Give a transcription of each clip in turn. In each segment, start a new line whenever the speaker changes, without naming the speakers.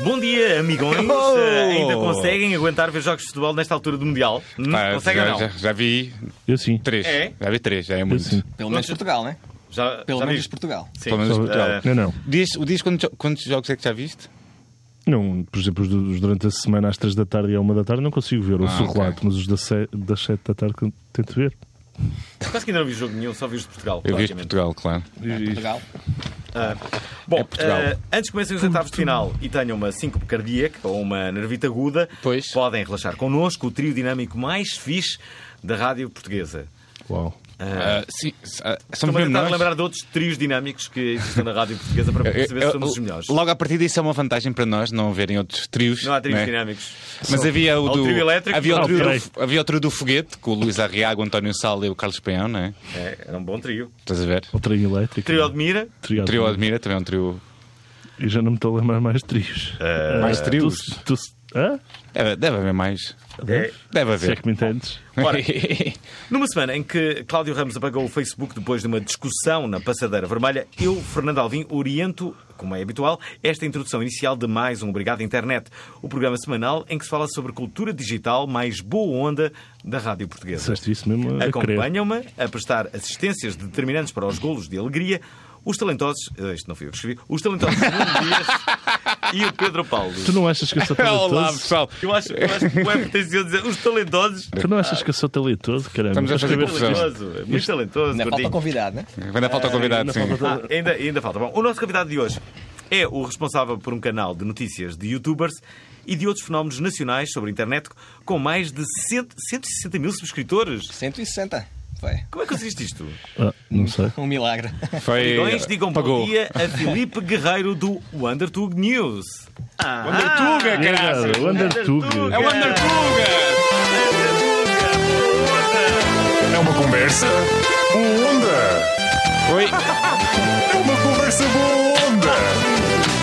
Bom dia, amigões.
Oh!
Eh, ainda conseguem aguentar ver jogos de futebol nesta altura do Mundial? Hum?
Pá,
conseguem
Ah, já,
ou não?
já- já vi
Eu sim.
três.
É?
Já vi três, já é muito.
sim.
Pelo menos Portugal, né?
Já,
Pelo
já
menos
vi.
Portugal.
Sim.
Pelo menos
Eh,
Portugal.
Não, não.
Diz, diz quantos, quantos jogos é que já viste?
Não, por exemplo, os do- os durante a semana às 3 da tarde e à 1 da tarde não consigo ver o
Ah,
seu
ok.
relato, mas os da se- das 7 da tarde que tento ver.
Quase que ainda não vi jogo nenhum, só vi os de Portugal.
Eu vi os de
praticamente.
Portugal, claro.
Portugal.
Bom,
É Portugal.
eh, antes que comecem os oitavos de final e tenham uma síncope cardíaca ou uma nervita aguda,
Pois.
podem relaxar connosco, o trio dinâmico mais fixe da rádio portuguesa.
Uau.
Ah, sim, s- ah, somos
Estou a
mesmo
tentar
nós.
lembrar de outros trios dinâmicos que existem na rádio portuguesa para
Eu- eu-
perceber se somos
eu-
os melhores.
Logo à partida, isso é uma vantagem para nós, não verem outros trios.
Não há trios
né?
dinâmicos.
Mas havia o
Há o
do.
trio elétrico,
havia, o
não,
trio
peraí.
do, havia o trio do foguete, com o Luís Arriago, o António Sala e o Carlos Peão, não é?
É, era um bom trio.
Estás a ver?
O trem elétrico.
Trio Admira.
Trio
Trio
Admira.
Admira também é um trio.
E já não me estou a lembrar mais trios.
É. mais
Ah,
trios?
tu- tu- Hã?
Deve, deve haver mais.
É.
Deve
Se é
haver.
que me entendes.
Ora, Numa semana em que Cláudio Ramos apagou o Facebook depois de uma discussão na passadeira vermelha, eu, Fernando Alvim, oriento, como é habitual, esta introdução inicial de mais um Obrigado Internet, o programa semanal em que se fala sobre cultura digital mais boa onda da rádio portuguesa.
Disseste isso mesmo a, a crer.
Acompanham-me a prestar assistências determinantes para os golos de alegria os talentosos... eh, Isto não fui eu que escrevi. Os talentosos Nuno Dias e o Pedro Paulo.
Tu não achas que eu sou
Olá,
talentoso?
pessoal.
Eu acho, eu acho que é pretensioso dizer os talentosos...
Tu não achas que eu sou talentoso? Caramba.
Estamos a
Mas
fazer
escrever-
confusão.
Talentoso, é muito talentoso.
Ainda falta
gordinho.
convidado, né?
Ainda falta o convidado, sim.
Ah, ainda, ainda falta. Bom, o nosso convidado de hoje é o responsável por um canal de notícias de youtubers e de outros fenómenos nacionais sobre a internet com mais de 100 160 mil subscritores.
160. Foi.
Como é que conseguiste isto?
Ah, não sei.
Um milagre.
Foi.
Amigões, digam bom
É, Pagou.
dia a Filipe Guerreiro do Undertug News. Ah,
Undertuga, caralho.
Obrigado. Ah, O Undertug.
É o Undertuga!
É uma conversa boa onda!
Oi.
É uma conversa boa onda!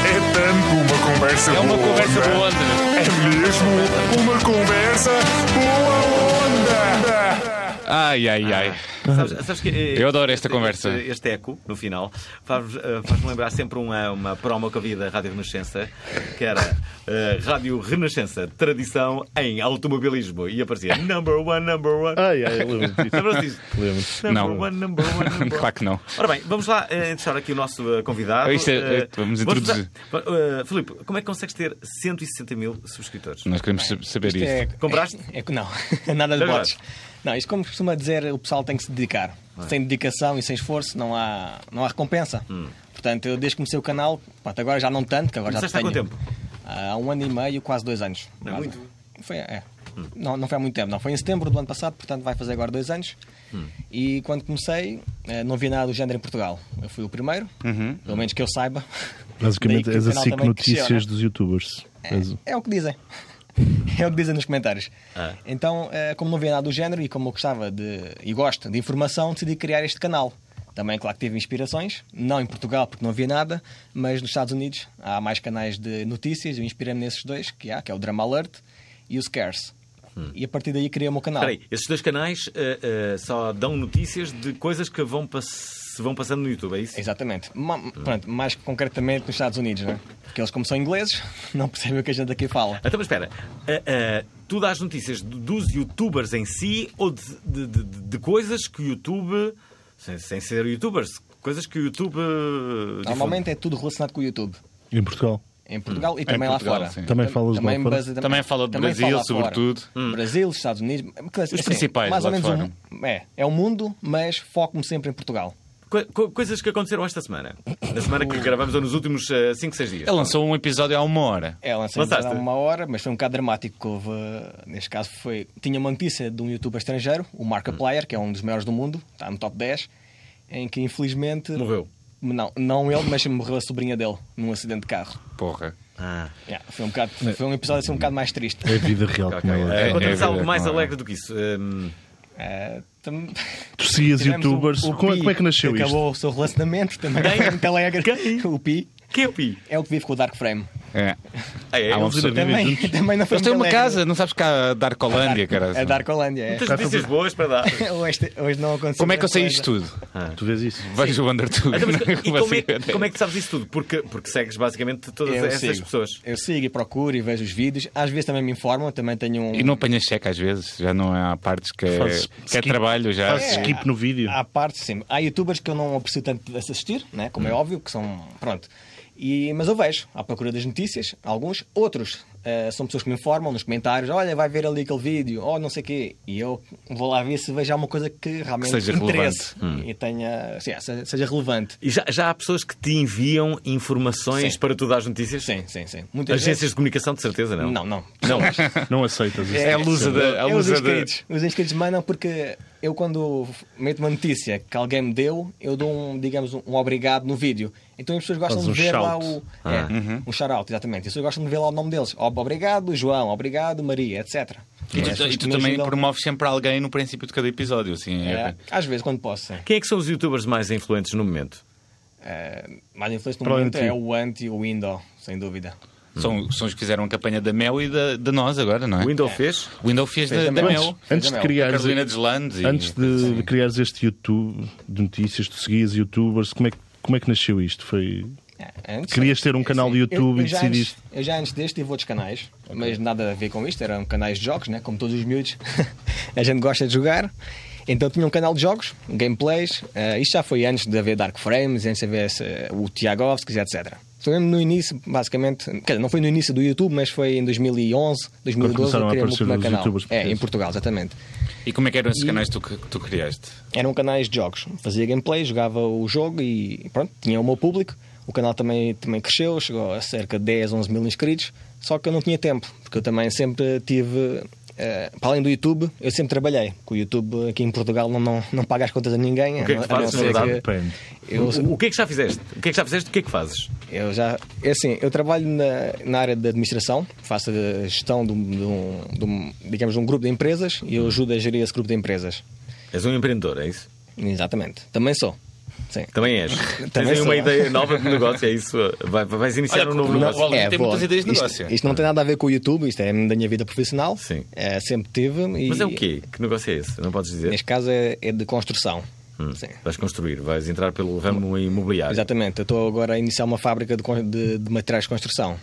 É tanto uma conversa
É
boa
uma conversa
onda.
boa onda.
É mesmo uma conversa boa onda!
Ai, ai, ai.
Sabes, sabes que, eh,
Eu adoro esta
este-
conversa.
Este, este eco, no final, faz- eh, faz-me lembrar sempre uma, uma promo que havia da Rádio Renascença, que era eh, Rádio Renascença, tradição em automobilismo. E aparecia number one, number one.
Ai, ai, eu lembro disso.
Lembram-se disso?
Lembro.
Number
Não.
one, number one, number one.
Claro que não.
Ora bem, vamos lá eh, deixar aqui o nosso eh, convidado.
Isto é-
Eh,
vamos introduzir.
começar- Eh, Filipe, como é que consegues ter 160 mil subscritores?
Nós queremos sab- saber
Isto
isso.
Compraste?
É, é- não, nada de
É
botes. Não, isto como costuma dizer, o pessoal tem que se dedicar. Sem dedicação e sem esforço não há, não há recompensa.
Hum.
Portanto, eu desde que comecei o canal, pronto, agora já não tanto, que agora
Começaste
já
há
tenho.
quanto tempo?
Há um ano e meio, quase dois anos.
Não é muito. Hum.
Foi, é. Não, não foi há muito tempo, não. Foi em setembro do ano passado, portanto vai fazer agora dois anos.
Hum.
E quando comecei, eh, não vi nada do género em Portugal. Eu fui o primeiro,
Uhum.
pelo menos que eu saiba.
Basicamente,
Daí que
és
o
a
canal
SIC
também cresceu,
Notícias
né?
dos youtubers. És o-
É, é o que dizem. É o que dizem nos comentários. Então, eh, como não via nada do género e como eu gostava de e gosto de informação, decidi criar este canal. Também, claro que tive inspirações, não em Portugal porque não havia nada, mas nos Estados Unidos há mais canais de notícias. Eu inspirei-me nesses dois que há, que é o Drama Alert e o Scarce. E a partir daí criei o meu canal.
Espera aí, esses dois canais eh, eh, só dão notícias de coisas que vão, pass- se vão passando no YouTube, é isso?
Exatamente. Ma- pronto, mais concretamente nos Estados Unidos, né? Porque eles, como são ingleses, não percebem o que a gente aqui fala.
Então, mas espera, eh, eh, tu dás notícias do- dos youtubers em si ou de, de- de- de coisas que o YouTube, sem, sem ser youtubers, coisas que o YouTube. eh, difunde?
Normalmente é tudo relacionado com o YouTube.
Em Portugal.
Em Portugal e também
Portugal,
lá fora.
sim.
Também falas
também,
lá fora?
base-
Também fala de
também
Brasil,
fala lá fora. Hum.
sobretudo.
Brasil, Estados Unidos. Os
principais
mais
lá
ou menos
de
um- é, é o mundo, mas foco-me sempre em Portugal.
co- co- coisas que aconteceram esta semana. Na semana que gravamos ou nos últimos 5, 6 dias.
Ele lançou um episódio há uma hora.
É, lancei
Lançaste?
há uma hora, mas foi um bocado dramático. que Houve, eh, neste caso, foi, tinha uma notícia de um youtuber estrangeiro, o
Hum.
Markiplier, que é um dos maiores do mundo, está no top 10, em que infelizmente.
Morreu.
Não, não ele, mas morreu a sobrinha dele num acidente de carro.
Porra.
Ah.
Yeah, foi, um bocado, foi um episódio assim um bocado mais triste.
É a vida real
Ok,
como ela é.
É.
Acontece algo
verdade,
mais
não é?
alegre do que isso. Hum,
Eh, tam-
Tossias,
tivemos
youtubers.
o- o
como, é,
Pi,
como é que nasceu isto?
Acabou o seu relacionamento, também
Quem?
foi muito alegre.
Quem?
O Pi
Quem é o Pi?
é o que vive com o Dark Frame.
É.
Ah, é,
Há uma
eles-
pessoa-
Vivem
Também,
juntos.
também não foi
Eles têm
muito
uma
alegre.
casa, não sabes que há a Darkolândia, cara.
A Darkolândia, é.
Muitas notícias boas para dar.
Hoje, hoje não aconteceu.
Como é que eu
grande
sei
coisa.
isto tudo?
Tu vês isso?
Vejo o Undertood.
Ah, então, mas co- e como é,
assim?
que- como é que tu sabes isso tudo? Porque, porque segues basicamente todas
Eu
essas
sigo.
pessoas.
Eu sigo e procuro e vejo os vídeos. Às vezes também me informam, também tenho um.
E não apanhas cheque às vezes, já não há partes que é,
Fazes
que é
skip.
trabalho já.
Fazes skip no vídeo.
Há partes, sim. Há youtubers que eu não aprecio tanto de assistir, né? como é óbvio, que são. Pronto. E, mas eu vejo, à procura das notícias, alguns. Outros eh, são pessoas que me informam nos comentários: olha, vai ver ali aquele vídeo, ou não sei o quê. E eu vou lá ver se vejo alguma coisa que realmente
Que seja
interesse e tenha. sim, seja, seja relevante.
E já, já há pessoas que te enviam informações
Sim.
para tu dar as notícias?
Sim, sim, sim. Muitas
Agências
vezes-
de comunicação, de certeza, não?
Não, não.
Não.
Não aceitas isso.
É a lusa da. A
É os
lusa da...
inscritos. Os inscritos mandam porque eu quando meto uma notícia que alguém me deu, eu dou um, digamos, um obrigado no vídeo. Então as pessoas gostam
Faz
de
um
ver lá
shout. Ah. Uhum.
o. É, um shout-out, exatamente. As pessoas gostam de ver lá o nome deles. Ob- Obrigado, João, obrigado, Maria, etc.
E
As
tu,
pessoas
e tu
me
também
ajudam.
promoves sempre alguém no princípio de cada episódio, assim.
É,
É.
às vezes, quando posso. sim.
Quem é que são os youtubers mais influentes no momento?
É, mais influente no
Para o
momento
anti.
é o anti e o window, sem dúvida.
São, são os que fizeram a campanha da Mel e da, de nós agora, não é?
O Windows fez?
O Window fez,
Fez
da,
da
da
Mel.
Mel.
Antes de
Mel.
criares.
Carolina Deslandes. e-
Antes de, de criares este YouTube de notícias, tu seguias youtubers, como é, que- como é que nasceu isto? Foi.
É, antes-
Querias ter um canal de YouTube e
já
decidiste-
antes- eu já antes deste tive outros canais, mas nada a ver com isto, eram canais de jogos, né? como todos os miúdos. a gente gosta de jogar. Então tinha um canal de jogos, gameplays. eh, isto já foi antes de haver Dark Frames, antes de haver eh, o Tiagovskis, etc. Foi mesmo no início, basicamente, quer dizer, não foi no início do YouTube, mas foi em 2011, 2012
começaram a
eu criei o meu
aparecer
primeiro
os
canal.
youtubers
É, em
portugueses.
Portugal, exatamente.
E como é que eram esses canais tu, que tu criaste?
Eram canais de jogos. Fazia gameplay, jogava o jogo e pronto, tinha o meu público. O canal também, também cresceu, chegou a cerca de 10, 11 mil inscritos. Só que eu não tinha tempo, porque eu também sempre tive. eh, para além do YouTube, eu sempre trabalhei. Porque o YouTube aqui em Portugal não, não, não paga as contas a ninguém.
O que é que
a
tu
não- a
fazes,
não ser
na
que-
verdade?
eu,
O, o que é que já fizeste? O que é que já fizeste? O que é que fazes?
eu já. É assim, eu trabalho na, na área da administração, faço a gestão de um, de um- de um- digamos, de um grupo de empresas e eu ajudo a gerir esse grupo de empresas.
És um empreendedor, é isso?
Exatamente. Também sou. Sim.
Também és. Tens
Também
aí uma
sou.
ideia nova de negócio, é isso? Vai- vais iniciar
Olha,
um novo
como-
negócio.
Olha, tem
bom,
muitas ideias de negócio.
É, Isto, isto não tem nada a ver com o YouTube, isto é da minha vida profissional.
Sim.
É, sempre tive. e-
Mas é o quê? Que negócio é esse? Não podes dizer?
Neste caso é, é de construção.
Hum.
Sim.
Vais construir, vais entrar pelo ramo imobiliário.
Exatamente. Eu estou agora a iniciar uma fábrica de, con- de- de materiais de construção.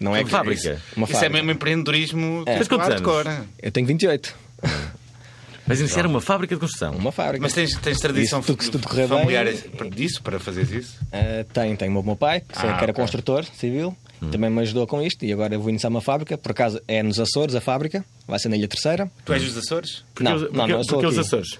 Não é
Uma fábrica?
Isso, uma
Hum. Isso é
fábrica.
mesmo empreendedorismo. tipo
Mas quantos
hardcore.
Eu tenho 28.
Vais iniciar uma fábrica de construção.
Uma fábrica.
Mas tens, tens tradição
Isso tudo que se tudo correr bem-
familiar disso para fazeres isso?
Ah, tenho, tenho o meu- meu pai, que,
Ah,
que era
ok. Hum.
construtor civil, também me ajudou com isto e agora eu vou iniciar uma fábrica. Por acaso é nos Açores a fábrica, vai ser na Ilha Terceira.
Tu és dos Açores?
Porque,
não,
os-
não,
porque,
não, eu sou
porque os
aqui.
Açores.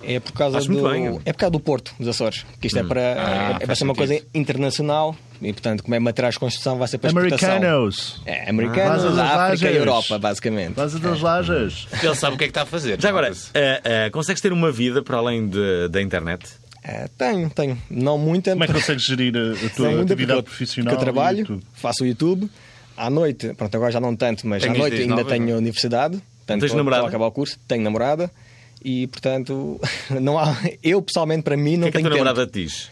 É por causa
Acho
do.
muito bem.
É por causa do Porto, dos Açores. Que isto é para. é para
faz
ser uma
sentido.
coisa internacional e, portanto, como é materiais de construção, vai ser para exportação.
Americanos!
É, americanos,
Ah,
a África e a
lajes.
Europa, basicamente.
Vaza das lajas!
Ele sabe o que é que está a fazer.
Já agora,
nota-se.
ah, ah, consegues ter uma vida para além de- da internet?
É, tenho, tenho. Não muita.
Como é que consegues gerir a, a
não
tua
muita, porque
atividade
eu-
profissional?
porque eu trabalho,
e tudo?
faço o YouTube. À noite, pronto, agora já não tanto, mas
Tenho
à noite
ideias
ainda
novas,
tenho
não?
universidade. Portanto,
Tens
estou-
namorada?
estou a acabar o curso, tenho namorada. E, portanto, não há, eu pessoalmente, para mim,
O que
não
é que a
tenho
tua
tempo.
namorada te diz?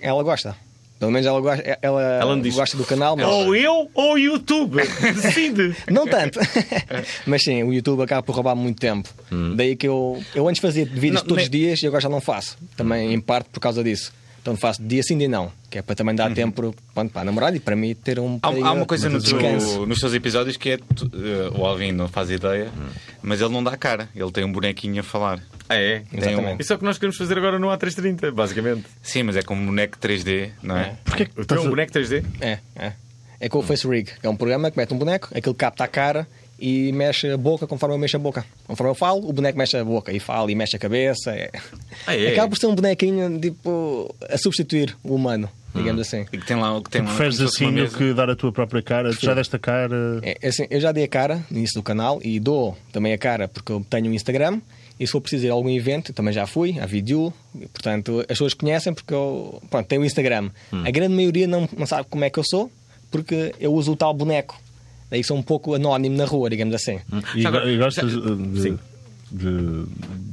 Ela gosta. Pelo menos ela gosta, ela
Ela me diz-
gosta do canal, mas.
Ou eu ou o YouTube. Decide.
Não tanto.
É.
Mas sim, o YouTube acaba por roubar muito tempo. Daí que eu. Eu antes fazia
Hum.
vídeos
Não,
todos
nem-
os dias e agora já não faço. Também em parte por causa disso. Então faço dia sim, dia não. Que é para também dar tempo pronto, para a namorada e para mim ter um.
Uhum. Há, há uma
bocadinho
coisa
de
no teu-
descanso.
nos teus episódios que é. tu- eh, o Alvin não faz ideia, mas ele não dá cara. Ele tem um bonequinho a falar.
Ah, é?
Tem um-
Exatamente.
Isso é o que nós queremos fazer agora no A330, basicamente.
Sim, mas é com um boneco 3D, não é?
Porquê que
O teu é
estás
um
a-
boneco 3D?
É, é. É com o Face Rig, que é um programa que mete um boneco, aquilo capta a cara e mexe a boca conforme eu mexo a boca. Conforme eu falo, o boneco mexe a boca e fala e mexe a cabeça. É...
Ah, é?
Acaba por ser um bonequinho tipo a substituir o humano, digamos assim.
E que tem lá o que tem lá.
Preferes
como se fosse
assim
uma
do
mesa.
que dar a tua própria cara? Tu já desta cara.
É, é assim, eu já dei a cara no início do canal e dou também a cara porque eu tenho um Instagram e se for preciso ir a algum evento, também já fui, a vídeo, portanto as pessoas conhecem porque eu pronto, tenho o Instagram.
Hum.
A grande maioria não, não sabe como é que eu sou porque eu uso o tal boneco. Daí sou um pougo anónimo na rua, digamos assim.
Hum.
E,
Já
go-
agora-
e gostas
já-
uh, de,
Sim.
de-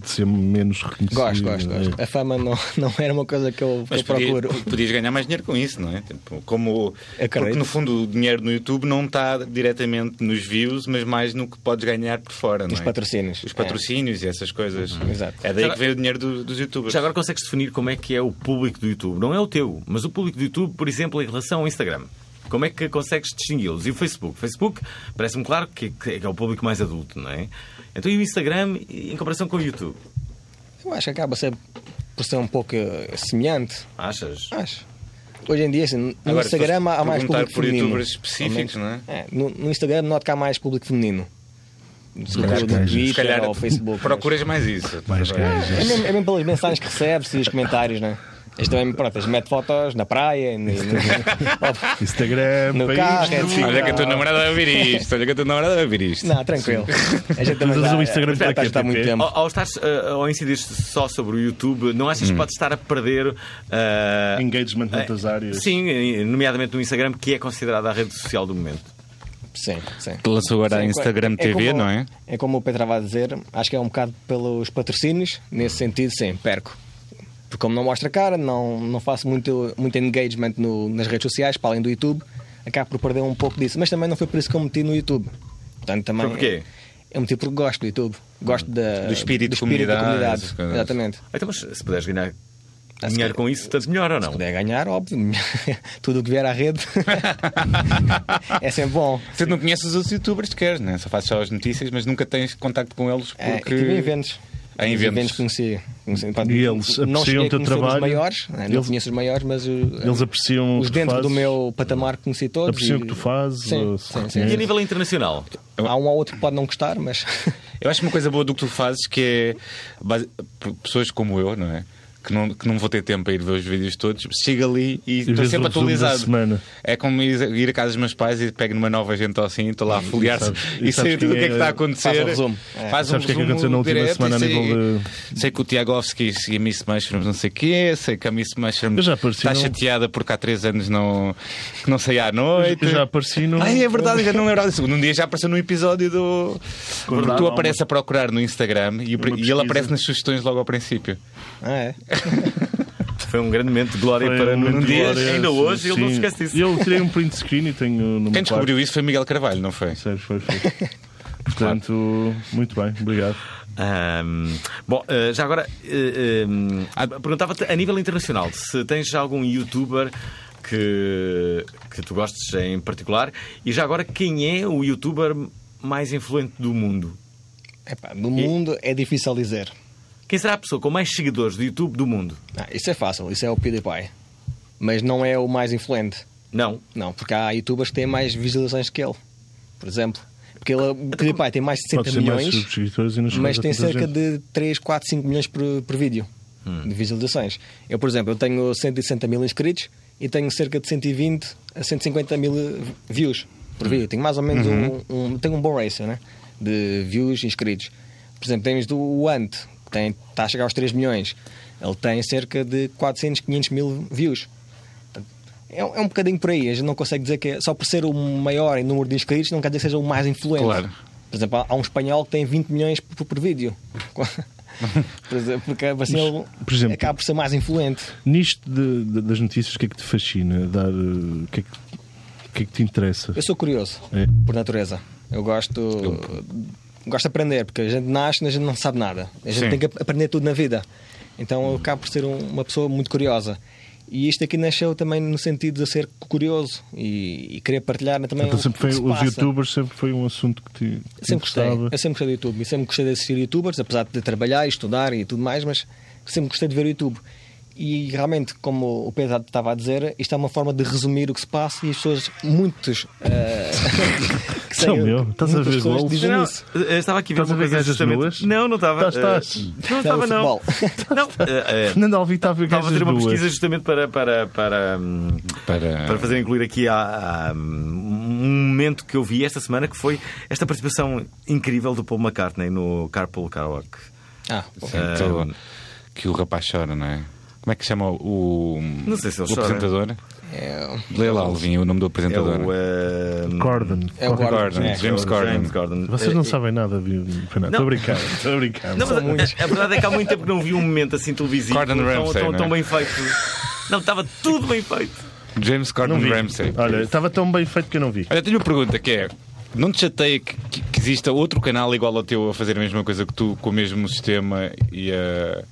de ser menos reconhecido?
Gosto, gosto,
é?
gosto. A fama não, não era uma coisa que eu, que
Mas
eu procuro.
podia- podias ganhar mais dinheiro com isso, não é? Tipo, como
Acredito.
porque no fundo o dinheiro no YouTube não está diretamente nos views, mas mais no que podes ganhar por fora, não
Nos
é?
patrocínios. Uhum.
Os patrocínios e essas coisas.
Exato.
É daí que veio o dinheiro do- dos YouTubers.
Já agora consegues definir como é que é o público do YouTube. Não é o teu, mas o público do YouTube, por exemplo, em relação ao Instagram. Como é que consegues distingui-los? E o Facebook? Facebook parece-me claro que que é o público mais adulto, não é? Então e o Instagram em comparação com o YouTube?
Eu acho que acaba ser- por ser um pouco eh, semelhante.
Achas?
Acho. Hoje em dia, assim, no
Agora, se
Instagram
fosse
há mais
perguntar
público
por
feminino.
youtubers específicos,
Pelo menos.
não
É, no, no Instagram noto que há mais público feminino. Sobretudo
calhar-
no
Se
Twitter
calhar
ou Facebook.
procuras mais isso.
Mais gajas.
É mesmo, é mesmo pelas mensagens que recebes e os comentários, né? Este também, pronto, eles metem fotos na praia, no, no-
Instagram,
no
país,
carro, etc.
Olha que a tua namorada vai ouvir isto. Olha que a tua namorada vai ouvir isto.
Não, tranquilo. A gente
Mas
também
usas
já-
o Instagram
já
para
está-
quê,
está há É muito
Pepe?
tempo.
Oh.
Ao, ao estares, ah, ao incidir só sobre o YouTube, não
Hum.
achas que podes estar a perder ah,
É.
engagement noutras áreas.
Sim, eh, nomeadamente no Instagram, que é considerada a rede social do momento.
Sim, sim.
Lançou agora a
Sim,
Instagram
é
TV,
como-
não é?
É como o Pedro estava a dizer, acho que é um bocado pelos patrocínios, nesse sentido, sim, perco. Porque como não mostra cara, não, não faço muito, muito engagement no- nas redes sociais, para além do YouTube, acabo por perder um pouco disso. Mas também não foi por isso que eu meti no YouTube. Portanto, também
Foi porquê?
Eu meti porque gosto do YouTube. Gosto da,
Do espírito de
da
comunidade, essas coisas.
Exatamente.
Então, mas se puderes ganhar
Ah, se
dinheiro
calhar-
com isso, tanto melhor ou não?
Puder ganhar, óbvio. Tudo o que vier à rede é sempre bom.
Tu não conheces os youtubers que queres, né? Só fazes só as notícias, mas nunca tens contacto com eles
É,
porque.
tive eventos.
Há
Tive
eventos.
conheci. conheci pá,
E eles
não
apreciam
cheguei a
o teu
conhecer Os
trabalho?
maiores, né, não
Eles-
conheço os maiores, mas uh,
Eles apreciam o
os
que tu
dentro do
fazes?
meu patamar conheci todos.
Apreciam
e-
o que tu fazes,
Sim,
ou se
sim, sim.
E a nível internacional?
Há um ou outro que pode não gostar, mas
Eu acho uma coisa boa do que tu fazes que é base- p- pessoas como eu, não é? Que não, que não vou ter tempo a ir ver os vídeos todos, chega ali e estou
vês
sempre
o resumo da
atualizado.
semana.
É como ir, ir à casa dos meus pais e pego numa nova gente ou assim e estou lá a folhear
sabes-
e
e sabes
sei tudo o que é que
quem é-
está a acontecer.
Faz um resumo. É.
Faz um
Sabes o que é que
resumo
aconteceu na última
direto e
semana a
sei-
nível
Sei que o Tiagovski e a Miss Mushrooms não sei o quê, sei que a Miss Mushrooms
Eu já apareci
está
num-
chateada porque há três anos não, que não saía à noite.
Eu já apareci num-
Ai, é verdade, já não lembrava disso. Num dia já apareceu num episódio do.
Quando
Porque
há
tu
uma-
apareces a procurar no Instagram e, o pri-
Uma
e ele
pesquisa.
aparece nas sugestões logo ao princípio.
ah, é.
Foi um grande momento de glória
Foi
para
um
Nuno
momento de
Dias.
glória,
Ainda hoje ele não se
sim.
esquece disso.
Eu tirei um print screen e tenho no meu
Quem
quarto.
descobriu isso foi Miguel Carvalho, não foi?
Sério, foi, foi. Portanto, muito bem, obrigado.
Ahm, bom, eh, já agora eh, ehm, ah, perguntava-te a nível internacional se tens algum youtuber que, que tu gostes em particular e já agora quem é o youtuber mais influente do mundo?
Epá, no mundo é difícil dizer.
Quem será a pessoa com mais seguidores do YouTube do mundo?
Ah, isso é fácil, isso é o PewDiePie. Mas não é o mais influente.
Não.
Não, porque há youtubers que têm mais visualizações que ele, por exemplo. Porque ele, o PewDiePie tem mais de 60
Então Pode ser mais
milhões.
subscritores e não chegas
mas
a
tem
tanta
cerca
gente.
de 3, 4, 5 milhões por, por vídeo de visualizações. Eu, por exemplo, eu tenho 160 mil inscritos e tenho cerca de 120 a 150 mil views por vídeo. Tenho mais ou menos
Uhum.
um, um- tenho um bom ratio né? de views inscritos. Por exemplo, temos do Ant, que tem- está a chegar aos 3 milhões. Ele tem cerca de 400, 500 mil views. Portanto, É, um- é um bocadinho por aí. A gente não consegue dizer que é, só por ser o maior em número de inscritos, não quer dizer que seja o mais influente.
Claro.
Por exemplo, há- há um espanhol que tem 20 milhões por, por vídeo. por exemplo, porque
Mas,
assim ele
por exemplo-
acaba por ser mais influente.
Nisto de- de- das notícias, o que é que te fascina? Dar, uh, o, que é que, o que é que te interessa?
Eu sou curioso,
É.
por natureza. Eu gosto. Gosto de aprender, porque a gente nasce e a gente não sabe nada. A gente
Sim.
tem que ap- aprender tudo na vida. Então eu acabo por ser um- uma pessoa muito curiosa. E isto aqui nasceu também no sentido de eu ser curioso e, e querer partilhar também.
Então,
o
sempre
que
foi,
se
os
passa.
youtubers sempre foi um assunto que te que
Eu
te
Sempre gostei.
gostava.
Eu sempre gostei do YouTube. E sempre gostei de assistir youtubers, apesar de trabalhar e estudar e tudo mais, mas sempre gostei de ver o YouTube. E realmente, como o Pedro estava a dizer, isto é uma forma de resumir o que se passa e as pessoas, muitos. eh, que
São
seguem-
meu, estás a
muitas
ver
pessoas
golpes?
dizem
Não,
isso.
eu estava aqui a ver
Estás a
uma
ver
coisa
gajas
justamente-
nuas?
Não, não estava. Eh,
Estás, estás.
Não estava, não.
futebol.
Não, eh, eh,
Fernando Alvim está a ver
Estava a
gajas
fazer uma
nuas.
pesquisa justamente para, para, para, hum,
Para-
para fazer incluir aqui a, a, hum, um momento que eu vi esta semana que foi esta participação incrível do Paul McCartney no Carpool Karaoke.
Ah,
Sim, então, que o rapaz chora, não é? Como é que chama o,
Não sei se ele
o
chora.
apresentador?
é,
Lê lá, Alvin, o nome do
É
apresentador.
o hum,
Gordon.
é o Gordon.
Gordon,
é.
James Gordon.
James Gordon.
Vocês não
Eh,
sabem nada, viu? Fernando? Estou a brincar, estou a brincar.
Não, mas a- a, a verdade é que há muito tempo que não vi um momento assim televisivo
Gordon
tão,
Ramsay,
tão,
não é? Tipo,
tão bem feito. Não, estava tudo bem feito.
James Gordon
Um
Não vi.
Ramsay.
Olha, estava tão bem feito que eu não vi.
Olha, tenho uma pergunta que é: não te chateia que, que- que exista outro canal igual ao teu a fazer a mesma coisa que tu, com o mesmo sistema e a.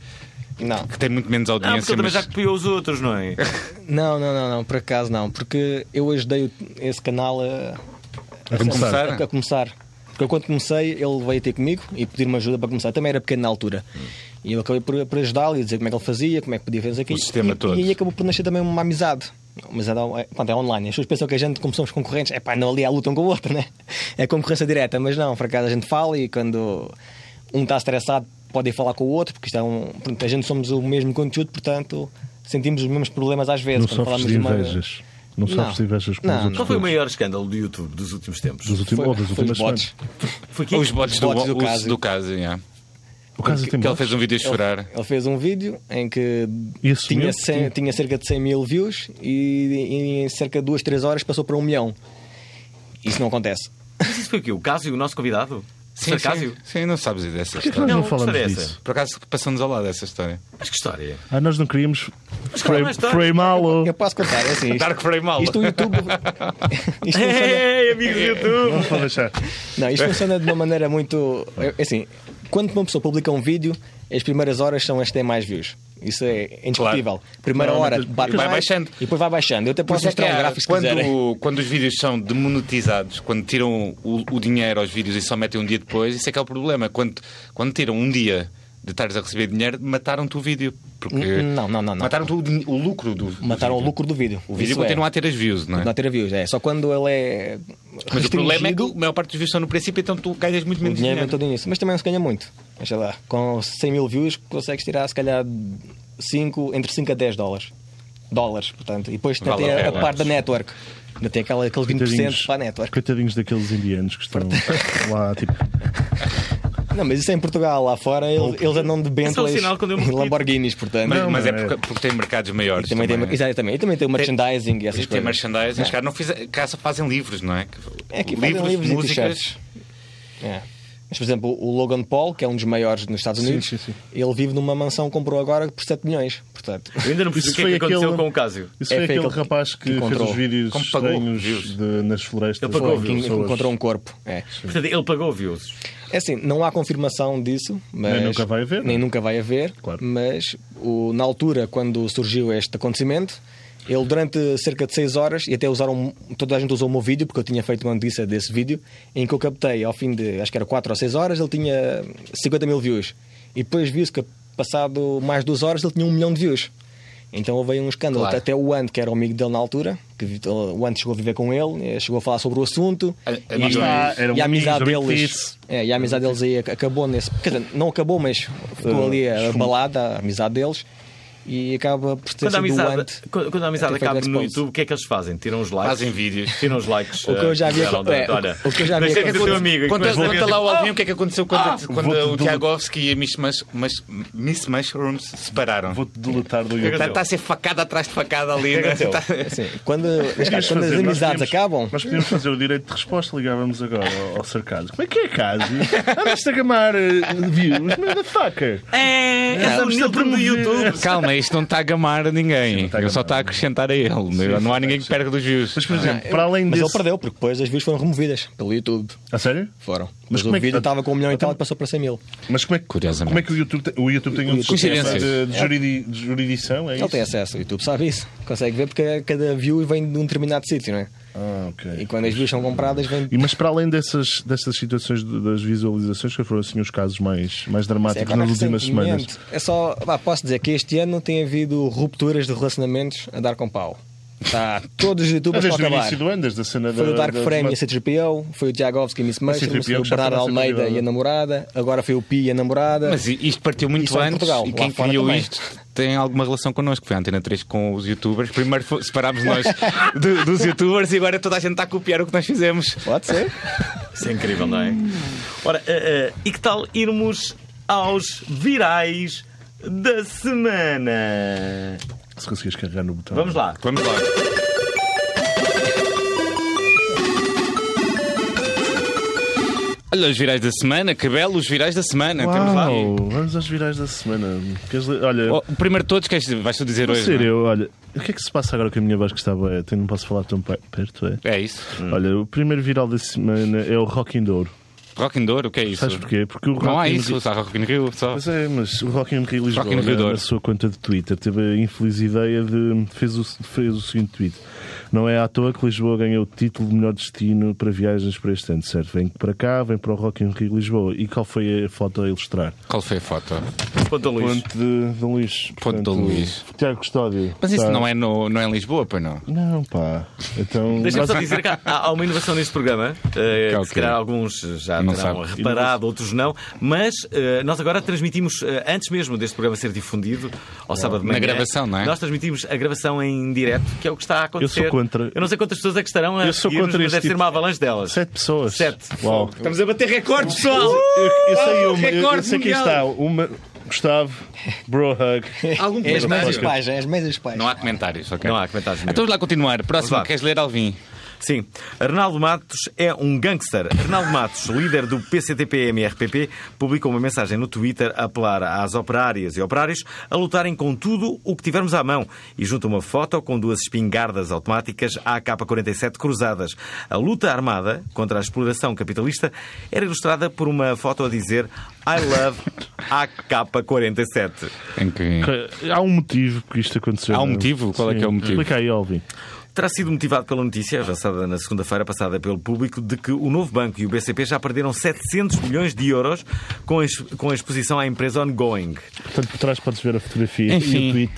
Não.
que tem muito menos
Não, Ah, porque
audiência?
ele também já
mas...
copiou os outros, não é?
não, não, não, não, por acaso não, porque eu ajudei o- esse canal a,
A começar.
a- a começar. Porque eu, quando comecei, ele veio ter comigo e pedir-me ajuda para começar. Também era pequeno na altura. E eu acabei por, por ajudá-lo e dizer como é que ele fazia, como é que podia fazer aquilo.
O sistema
e,
todo.
E aí acabou por nascer também uma amizade. Uma amizade ao- é, pronto, é online. As pessoas pensam que a gente, como somos concorrentes, é pá, não ali a luta um com o outro, né? É concorrência direta, mas não, por acaso a gente fala e quando um está estressado pode ir falar com o outro, porque isto é um, pronto, a gente somos o mesmo conteúdo, portanto sentimos os mesmos problemas às vezes.
Não
quando
sofres
falamos
de
de uma-
invejas. Não sofres de invejas com
Não,
os outros.
Qual foi o
todos.
maior escândalo do YouTube dos últimos tempos?
Dos últimos, ou
Foi,
das
foi os
últimas
bots.
semanas.
Foi é quem?
Os bots,
Os bots
do,
do
os
Casio.
do caso, yeah.
O caso
Que-
tem
Que ele
bots.
fez um vídeo a chorar.
Ele fez um vídeo em que
E assumiu
tinha,
que
cem-
tinha-
tinha cerca de 100 mil views e, e em cerca de 2, 3 horas passou para um milhão. Isso não acontece.
Mas isso foi o quê? O Cásio, o nosso convidado? Sim, Cásio?
sim, sim, não sabes dessa
Por que nós
história.
não,
Não,
falamos
gostaria
disso?
Por acaso passamos ao lado dessa história.
Mas que história?
Ah, nós não queríamos
é
calma,
frame-
mas tá-
frameá-lo.
Eu posso contar, é assim. Isto,
Dark Frame Mal.
isto o YouTube. Isto funciona,
Ei, amigos
É,
do YouTube!
Não vou deixar.
não, isto funciona de uma maneira muito. é Assim, quando uma pessoa publica um vídeo, as primeiras horas são as que têm mais views. Isso é indiscutível. Primeira
Não,
hora
mas-
bate
vai
mais,
baixando.
E depois vai baixando. Eu até
Por
posso
isso é que
mostrar um
há-
gráfico se quiserem.
quando, quando os vídeos são demonetizados, quando tiram o, o dinheiro aos vídeos e só metem um dia depois, isso é que é o problema. Quando, quando tiram um dia de estares a receber dinheiro, mataram-te o vídeo. Porque
N- não, não, não, não.
Mataram-te o, din- o lucro do. do
Mataram o
vídeo.
lucro do vídeo.
O vídeo
Isso é.
continua a ter as views, não é?
Não ter views, é. Só quando ele é.
Mas o problema é que
restringido,
a maior parte dos views são no princípio, então tu ganhas muito
O
menos
dinheiro
dinheiro.
vem todo nisso. Mas também não se ganha muito. Mas Sei lá, com 100 mil views consegues tirar se calhar cinco entre 5 a 10 dólares. Dólares, portanto. E depois ainda
Vale
tem
a
a, a
pena.
parte da network. Ainda tem aquela, aqueles 20% para a network. É,
coitadinhos daqueles indianos que estão lá, tipo,
Não, mas isso é em Portugal. Lá fora ele- eles andam
é
de
um
Bentleys
sinal quando eu me
e
repito.
Lamborghinis, portanto.
Mas,
Não,
mas é
não, é.
porque, porque tem mercados maiores.
E também tem, exatamente. E também tem o merchandising e essas
é. Tem
coisas.
merchandising, os
É.
caras não fiz- cá só fazem livros, não é? Que-
É que fazem livros e t-shirts. É. Mas, por exemplo, o Logan Paul, que é um dos maiores nos Estados
Sim,
Unidos,
sim, sim.
ele vive numa mansão que comprou agora por 7 milhões. Portanto,
Eu ainda não percebi
Isso
o que é
foi
que aconteceu
aquele-
com o Cásio.
Isso
É,
foi
foi
aquele
aquele que-
rapaz
que
que fez
encontrou.
os vídeos
Como pagou,
estranhos
views.
de- nas florestas.
Ele pagou,
com
que
views.
pessoas.
encontrou um corpo. É.
Portanto, ele pagou views.
É assim, não há confirmação disso, mas.
Nem nunca vai haver,
Nem
não é?
nunca vai haver.
Claro.
Mas o- na altura, quando surgiu este acontecimento, ele durante cerca de 6 horas, e até usaram. Toda a gente usou o meu vídeo, porque eu tinha feito uma notícia desse vídeo, em que eu captei ao fim de, acho que era 4 ou 6 horas, ele tinha 50 mil views. E depois viu-se que passado mais 2 horas ele tinha 1 milhão de views. Então houve aí um escândalo.
Claro.
Até o Ant, que era o amigo dele na altura, que vi- o Ant chegou a viver com ele, eh, chegou a falar sobre o assunto.
A-
e-
amigos.
Ah, era
e a
um
amizade
amigo, amigo.
deles. É, e a amizade deles aí ac- acabou nesse. Quer dizer, não acabou, mas ficou ali
esfumou.
abalada a amizade deles e acaba por ter
Quando a
sido o
amizade,
Ant.
quando quando a amizade
Até foi
acaba no
expose.
YouTube, o que é que eles fazem? Tiram os likes?
Fazem vídeos.
Tiram os likes. eh,
O que eu já vi- é, o-
Olha,
o que eu já vi
deixa
acontecer.
que o teu amigo.
Conta,
Mas-
conta lá o Alvin o que é que aconteceu quando, quando
Vou-te
o
dele-
Tiagovski e a Miss, Mush, mas- Miss Mushrooms se separaram.
Vou-te deletar do YouTube.
Está está a ser facada atrás de facada ali. né? Tá-
Assim, quando, mas, cara,
Podíamos
quando as
fazer, nós
amizades
podíamos-
acabam,
Nós podíamos fazer o direito de resposta, ligávamos agora ao, ao Sarcasmo. Como é que é, Cásio? Andaste a gamar eh, views, motherfucker.
É, é o
Estamos a
Nilton do
promover.
YouTube.
Calma, isto não está a gamar a ninguém.
não tá a
Ele só
gamar.
está a acrescentar a ele. né? não há ninguém que perca dos views.
Mas, por exemplo,
eu-
para além
Ah, mas
desse...
ele perdeu, porque depois as views foram removidas pelo YouTube.
A sério?
Foram. Mas,
como
o
é que-
vídeo estava com um milhão e tal e passou para 100 mil.
Mas como é que,
Curiosamente.
como é que o YouTube tem, o YouTube tem um sistema
Coincidências.
de, de juridi- de juridição? É
Ele
isso?
tem acesso, o YouTube sabe isso. Consegue ver porque cada view vem de um determinado sítio, não é?
Ah,
E
ok.
quando as views são compradas, vem.
E, mas para alem dessas, dessas situações de- das
é
visualizações, que foram assim os casos mais, mais dramáticos
agora
nas últimas
recentemente,
semanas.
É só, vá, posso dizer que este ano tem havido rupturas de relacionamentos a dar com pau. Está todos os youtubers
Desde
para
o
acabar.
início do ano, desde a cena
Foi
da,
o Dark
da-
Frame
da-
e a C3PO, foi o Tiagovski e a Miss Mushroom,
C3PO
foi o
que já
Bernardo
foi nossa
Almeida e a
convidada.
namorada, agora foi o Pi e a namorada.
Mas i- isto partiu muito
Isto é em
antes
Portugal,
e
lá
quem
fora
criou
também.
isto tem alguma relação connosco. Foi a Antena 3 com os youtubers. Primeiro fo- separámos nós do- dos youtubers e agora toda a gente está a copiar o que nós fizemos.
Pode ser.
Isso é incrível, não é?
Hum.
Ora, eh, eh, e que tal irmos aos virais da semana?
Se conseguires carregar no botão.
Vamos lá.
Vamos lá. Olha, os virais da semana, que belo, os virais da semana. Temos lá.
Uau, vamos aos virais da semana. Queres ler? Olha,
Oh, o primeiro de todos, queres, vais tu dizer
a
hoje? não é?
sério, olha, o que é que se passa agora que a minha voz que está boa? Eu não posso falar tão pe- perto, é?
É isso.
Olha, o primeiro viral da semana é o Rock in Douro.
Rock in Douro, o que é isso?
Sabes porquê? Porque o Rock
Não há
in
isso, só Rock in Rio. Só.
Mas é, mas o Rock in Rio Lisboa,
Rock in Rio
na-
Douro.
na sua conta de Twitter, teve a infeliz ideia de... Fez o, fez o seguinte tweet. Não é à toa que Lisboa ganhou o título de melhor destino para viagens para este ano, certo? Vem para cá, vem para o Rock in Rio Lisboa. E qual foi a foto a ilustrar?
Qual foi a foto?
Ponta Luís.
Ponte de, de Luís.
Ponte de
Portanto,
Luís.
Tiago Custódio.
Mas isso
Tá.
não é, no, não é em Lisboa, pois não?
Não, pá. Então.
Deixa-me só dizer que há, há uma inovação neste programa, eh,
Que é o
que se
quê?
calhar alguns já
Não
terão
sabe.
reparado, outros não, mas eh, nós agora transmitimos, eh, antes mesmo deste programa ser difundido, ao sábado de
Na
manhã...
gravação, não é?
Nós transmitimos a gravação em direto, que é o que está a acontecer.
contra.
Eu não sei quantas pessoas é que estarão a
Eu sou
seguir-nos,
contra
mas
este
deve ser
tipo-
uma avalanche delas.
Sete pessoas.
Sete.
Uau.
Estamos a bater recordes, pessoal!
Eu, eu sei
Ah,
uma. Eu, eu
recorde
sei quem
mundial.
está. Uma. Gustavo. Bro Hug.
Algum
É as mesas
Pode.
pais, é as mesas pais.
Não há comentários, ok?
Não há comentários nenhum.
Então vamos lá continuar. Próximo,
Vamos lá.
queres ler, Alvin?
Sim, Arnaldo Matos é um gangster. Arnaldo Matos, líder do PCTP-MRPP, publicou uma mensagem no Twitter a apelar às operárias e operários a lutarem com tudo o que tivermos à mão e junta uma foto com duas espingardas automáticas AK-47 cruzadas. A luta armada contra a exploração capitalista era ilustrada por uma foto a dizer I love AK-47.
Em que...
Há um motivo porque isto aconteceu.
Há um
não
motivo? Qual é que é o motivo?
Explica aí, Alvin.
Terá sido motivado pela notícia, avançada na segunda-feira passada pelo público, de que o Novo Banco e o BCP já perderam 700 milhões de euros com a, ex- com a exposição à empresa ongoing.
Portanto, por trás podes ver a fotografia e
Enfim.
o tweet.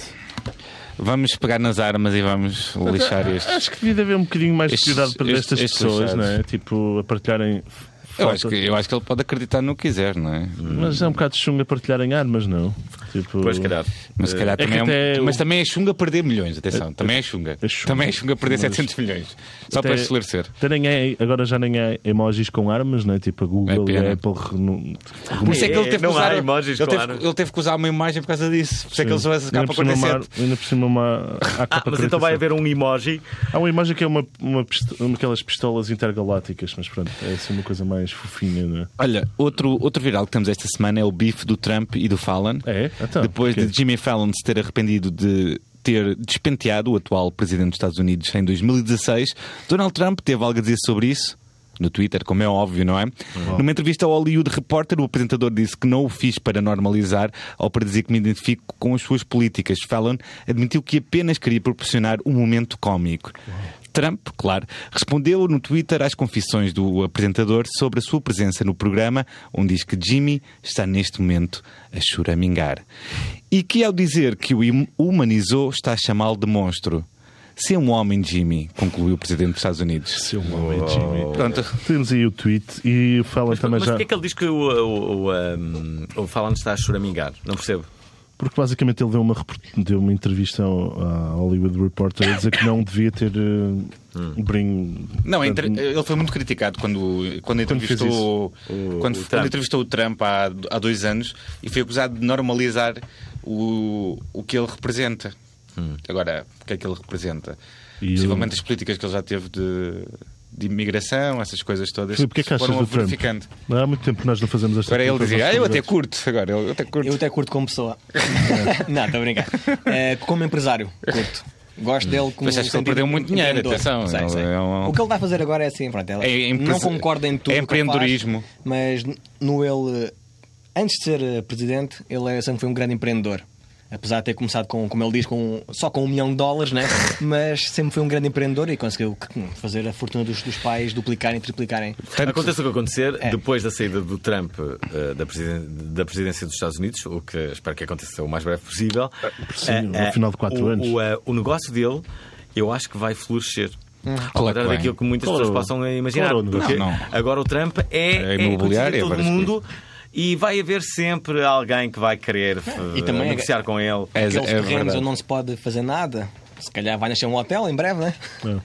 Vamos pegar nas armas e vamos lixar estes.
Acho que devia haver um bocadinho mais de
Estes-
cuidado para
estes-
estas
estes
pessoas, não
fechados.
é? Tipo, a partilharem.
Eu
fotos.
acho, que, eu acho que ele pode acreditar no que quiser, não é?
Mas é um bocado chunga partilharem armas, não? Tipo.
Mas, se calhar,
que
também é um-
até o-
mas também é chunga perder milhões, atenção. Também é chunga.
é chunga.
Também é chunga perder 700 milhões. Só para esclarecer.
Até nem é- agora já nem há emojis com armas, não é? Tipo a Google
É
e
pena.
a Apple. renu-
Por isso é que ele
É,
teve que
não
usar.
há emojis,
ele, teve,
claro.
ele teve que usar uma imagem por causa disso. Por isso é que ele usou essa
ainda por cima uma,
K47.
ainda por cima uma a
Ah, mas então vai haver um emoji.
Há uma imagem que é uma, uma, pisto- uma aquelas pistolas intergalácticas, mas pronto, é assim uma coisa mais fofinha, não é?
Olha, outro, outro viral que temos esta semana é o bife do Trump e do Fallon.
É? Então,
Depois
porquê?
de Jimmy Fallon se ter arrependido de ter despenteado o atual presidente dos Estados Unidos em 2016, Donald Trump teve algo a dizer sobre isso. No Twitter, como é óbvio, não é?
Uhum.
Numa entrevista ao Hollywood Reporter, o apresentador disse que não o fiz para normalizar ou para dizer que me identifico com as suas políticas. Fallon admitiu que apenas queria proporcionar um momento cómico. Trump, claro, respondeu no Twitter às confissões do apresentador sobre a sua presença no programa, onde diz que Jimmy está neste momento a choramingar. E que, ao dizer que o hum- humanizou, está a chamá-lo de monstro. Se é um homem, Jimmy, concluiu o presidente dos Estados Unidos.
Seu nome é Jimmy.
Pronto,
Temos aí o tweet e falam também
Mas
já.
porquê é que ele diz que o, o, o, um, o Falando está a choramingar? Não percebo.
Porque basicamente ele deu uma, repor- deu uma entrevista ao, à Hollywood Reporter a dizer que não devia ter eh,
Hum.
uh, bring.
Não, a
portanto,
inter- ele foi muito criticado quando, quando,
fez
entrevistou, quando,
o
quando
Trump.
entrevistou o Trump há, há dois anos e foi acusado de normalizar o, o que ele representa. Agora, o que é que ele representa?
Hum. E
Possivelmente as políticas que ele já teve de, de imigração, essas coisas todas.
Filipe, o que é que
se
achas
foram
do Trump?
verificando.
Há muito tempo que nós não fazemos esta
Agora ele
pergunta
dizia,
aos
ah, eu até
convidados.
curto agora, eu até curto.
Eu até curto como pessoa. não, estou a brincar. Eh, como empresário, curto. Gosto dele como
Mas acho que ele
sentido
perdeu muito dinheiro,
empreendedor.
atenção,
Sei,
ele
sei.
é um-
O que ele vai fazer agora é assim, pronto. ele-
É empre-
Não concordo em tudo.
é
o que ele faz,
empreendedorismo.
mas no ele, eh, antes de ser eh, presidente, ele é- sempre foi um grande empreendedor. Apesar de ter começado, com, como ele diz, com, só com um milhão de dólares, né? mas sempre foi um grande empreendedor e conseguiu fazer a fortuna dos, dos pais duplicarem, triplicarem.
Aconteça o que acontecer,
É.
depois da saída do Trump eh, da, presiden- da presidência dos Estados Unidos, o que espero que aconteça o mais breve possível,
possível,
eh,
ao final de quatro
o,
anos.
O, eh, o negócio dele, eu acho que vai florescer. Ao
Claro que
contrário
vai.
daquilo que muitas
Claro.
pessoas possam eh, imaginar.
Claro, não.
porque
Não, não.
Agora o Trump é,
É imobiliário,
é conhecido em todo
várias
o mundo e vai haver sempre alguém que vai querer
E
eh,
também é-
negociar com ele.
É,
Aqueles
é
terrenos
verdade.
onde não se pode fazer nada. Se calhar vai nascer um hotel em breve, né?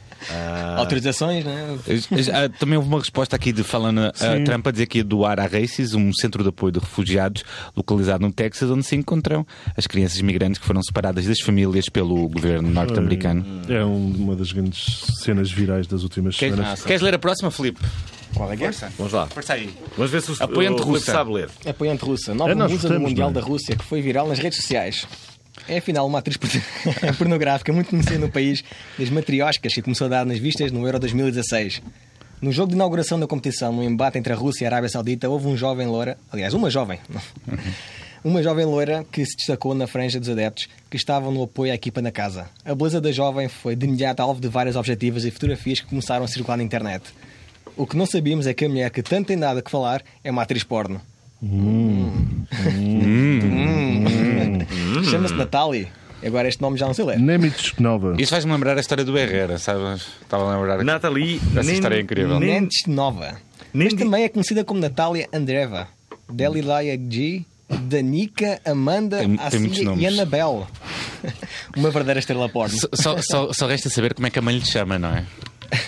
Autorizações, né?
Ah, Também houve uma resposta aqui de falando a Trump a dizer que ia doar à Races, um centro de apoio de refugiados localizado no Texas, onde se encontram as crianças migrantes que foram separadas das famílias pelo governo norte-americano.
É um- uma das grandes cenas virais das últimas
Queres,
semanas.
queres ler a próxima, Felipe?
Qual é que é?
Vamos lá. Vamos ver se o,
Apoiante
o Filipe
russa.
sabe ler.
Apoiante russa, nova
É, nós
musa do
votamos,
Mundial
não é?
da Rússia, que foi viral nas redes sociais. É afinal uma atriz portu- pornográfica muito conhecida no país das matrioscas que começou a dar nas vistas no Euro 2016. No jogo de inauguração da competição, no embate entre a Rússia e a Arábia Saudita, houve um jovem loira, aliás, uma jovem,
Uhum.
uma jovem loira que se destacou na franja dos adeptos que estavam no apoio à equipa na casa. A beleza da jovem foi de imediato alvo de várias objetivas e fotografias que começaram a circular na internet. O que não sabíamos é que a mulher que tanto tem nada que falar é uma atriz porno.
Hum.
Chama-se Natalie. Agora este nome já não sei ler.
Nemitz Nova.
Isso faz-me lembrar a história do Herrera, sabes? Estava a lembrar.
Nathalie
Essa
Nen-
história é incrível.
Nen-
Nentes Nova.
Nem
Mas
di-
também é conhecida como Natália Andreva, Delilaya G, Danica, Amanda,
Tem- tem muitos
Assia e
nomes.
Anabel. Uma verdadeira estrela porno.
Só- Só, só- só resta saber como é que a mãe lhe chama, não é?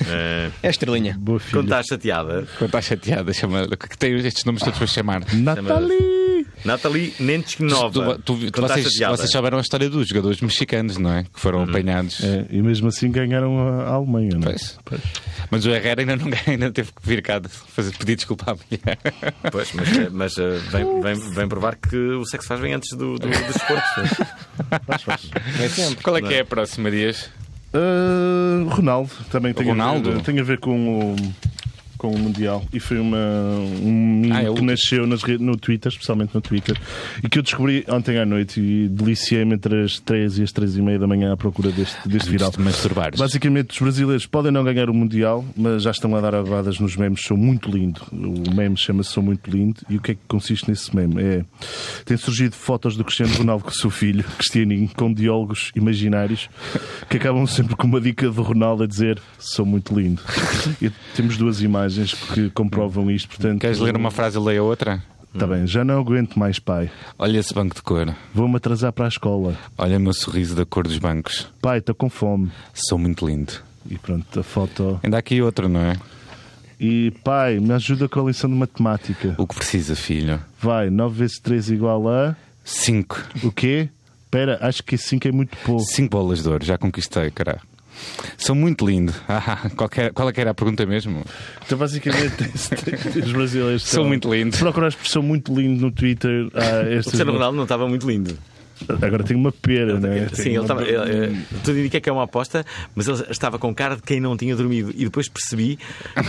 Eh,
É estrelinha.
Boa
quando
filha.
estás chateada,
Quando está chateada, chama. Que tem estes nomes todos para chamar.
Nathalie!
Nathalie Nenchkinova.
Tu- tu- tu-
Quando estás
vocês,
chateada.
vocês souberam a história dos jogadores mexicanos, não é? Que foram apanhados.
É, e mesmo assim ganharam a a Alemanha, não é?
Pois. Mas o Herrera ainda não ganha, ainda teve que vir cá de- fazer, pedir desculpa à mulher.
Pois, mas, mas, eh, vem, vem- vem provar que o sexo faz bem antes do, do, do desporto.
Vem sempre.
Qual é que é a próxima, Dias?
Ah, Ronaldo também tem, A
Ronaldo?
ver, tem a ver com o, com o Mundial e foi uma, um menino
Ah, é
que
outro.
nasceu nas redes- no Twitter, especialmente no Twitter, e que eu descobri ontem à noite e deliciei-me entre as 3 e as 3 e meia da manhã à procura deste, deste viral.
Antes de masturbares.
Basicamente, os brasileiros podem não ganhar o Mundial, mas já estão a dar avadas nos memes, são muito lindo. O meme chama-se Sou Muito Lindo. E o que é que consiste nesse meme? É, tem surgido fotos do Cristiano Ronaldo com o seu filho, Cristianinho, com diálogos imaginários, que acabam sempre com uma dica do Ronaldo a dizer Sou Muito Lindo. E temos duas imagens que comprovam isto, portanto...
Queres ler uma frase e leia outra?
Tá bem, já não aguento mais, pai.
Olha esse banco de cor.
Vou-me atrasar para a escola.
Olha o meu sorriso da cor dos bancos.
Pai, estou com fome.
Sou muito lindo.
E pronto, a foto...
Ainda há aqui outro, não é?
E pai, me ajuda com a lição de matemática.
O que precisa, filho?
Vai, 9 vezes 3 igual a.
Cinco.
O quê? Pera, acho que 5 é muito pouco.
Cinco bolas de ouro. Já conquistei, cara. Sou muito lindo. Ah, qual, que era, qual é que era a pergunta mesmo?
Então, basicamente, os brasileiros
Sou
estão-
muito lindo.
Se procurar a expressão muito lindo no Twitter, há
O
estas-
Cristiano Ronaldo não estava muito lindo.
Agora tem uma pera, não é?
Sim,
Tem
ele
uma-
estava. ele, eh, Tudo indica que é uma aposta, mas ele estava com cara de quem não tinha dormido. E depois percebi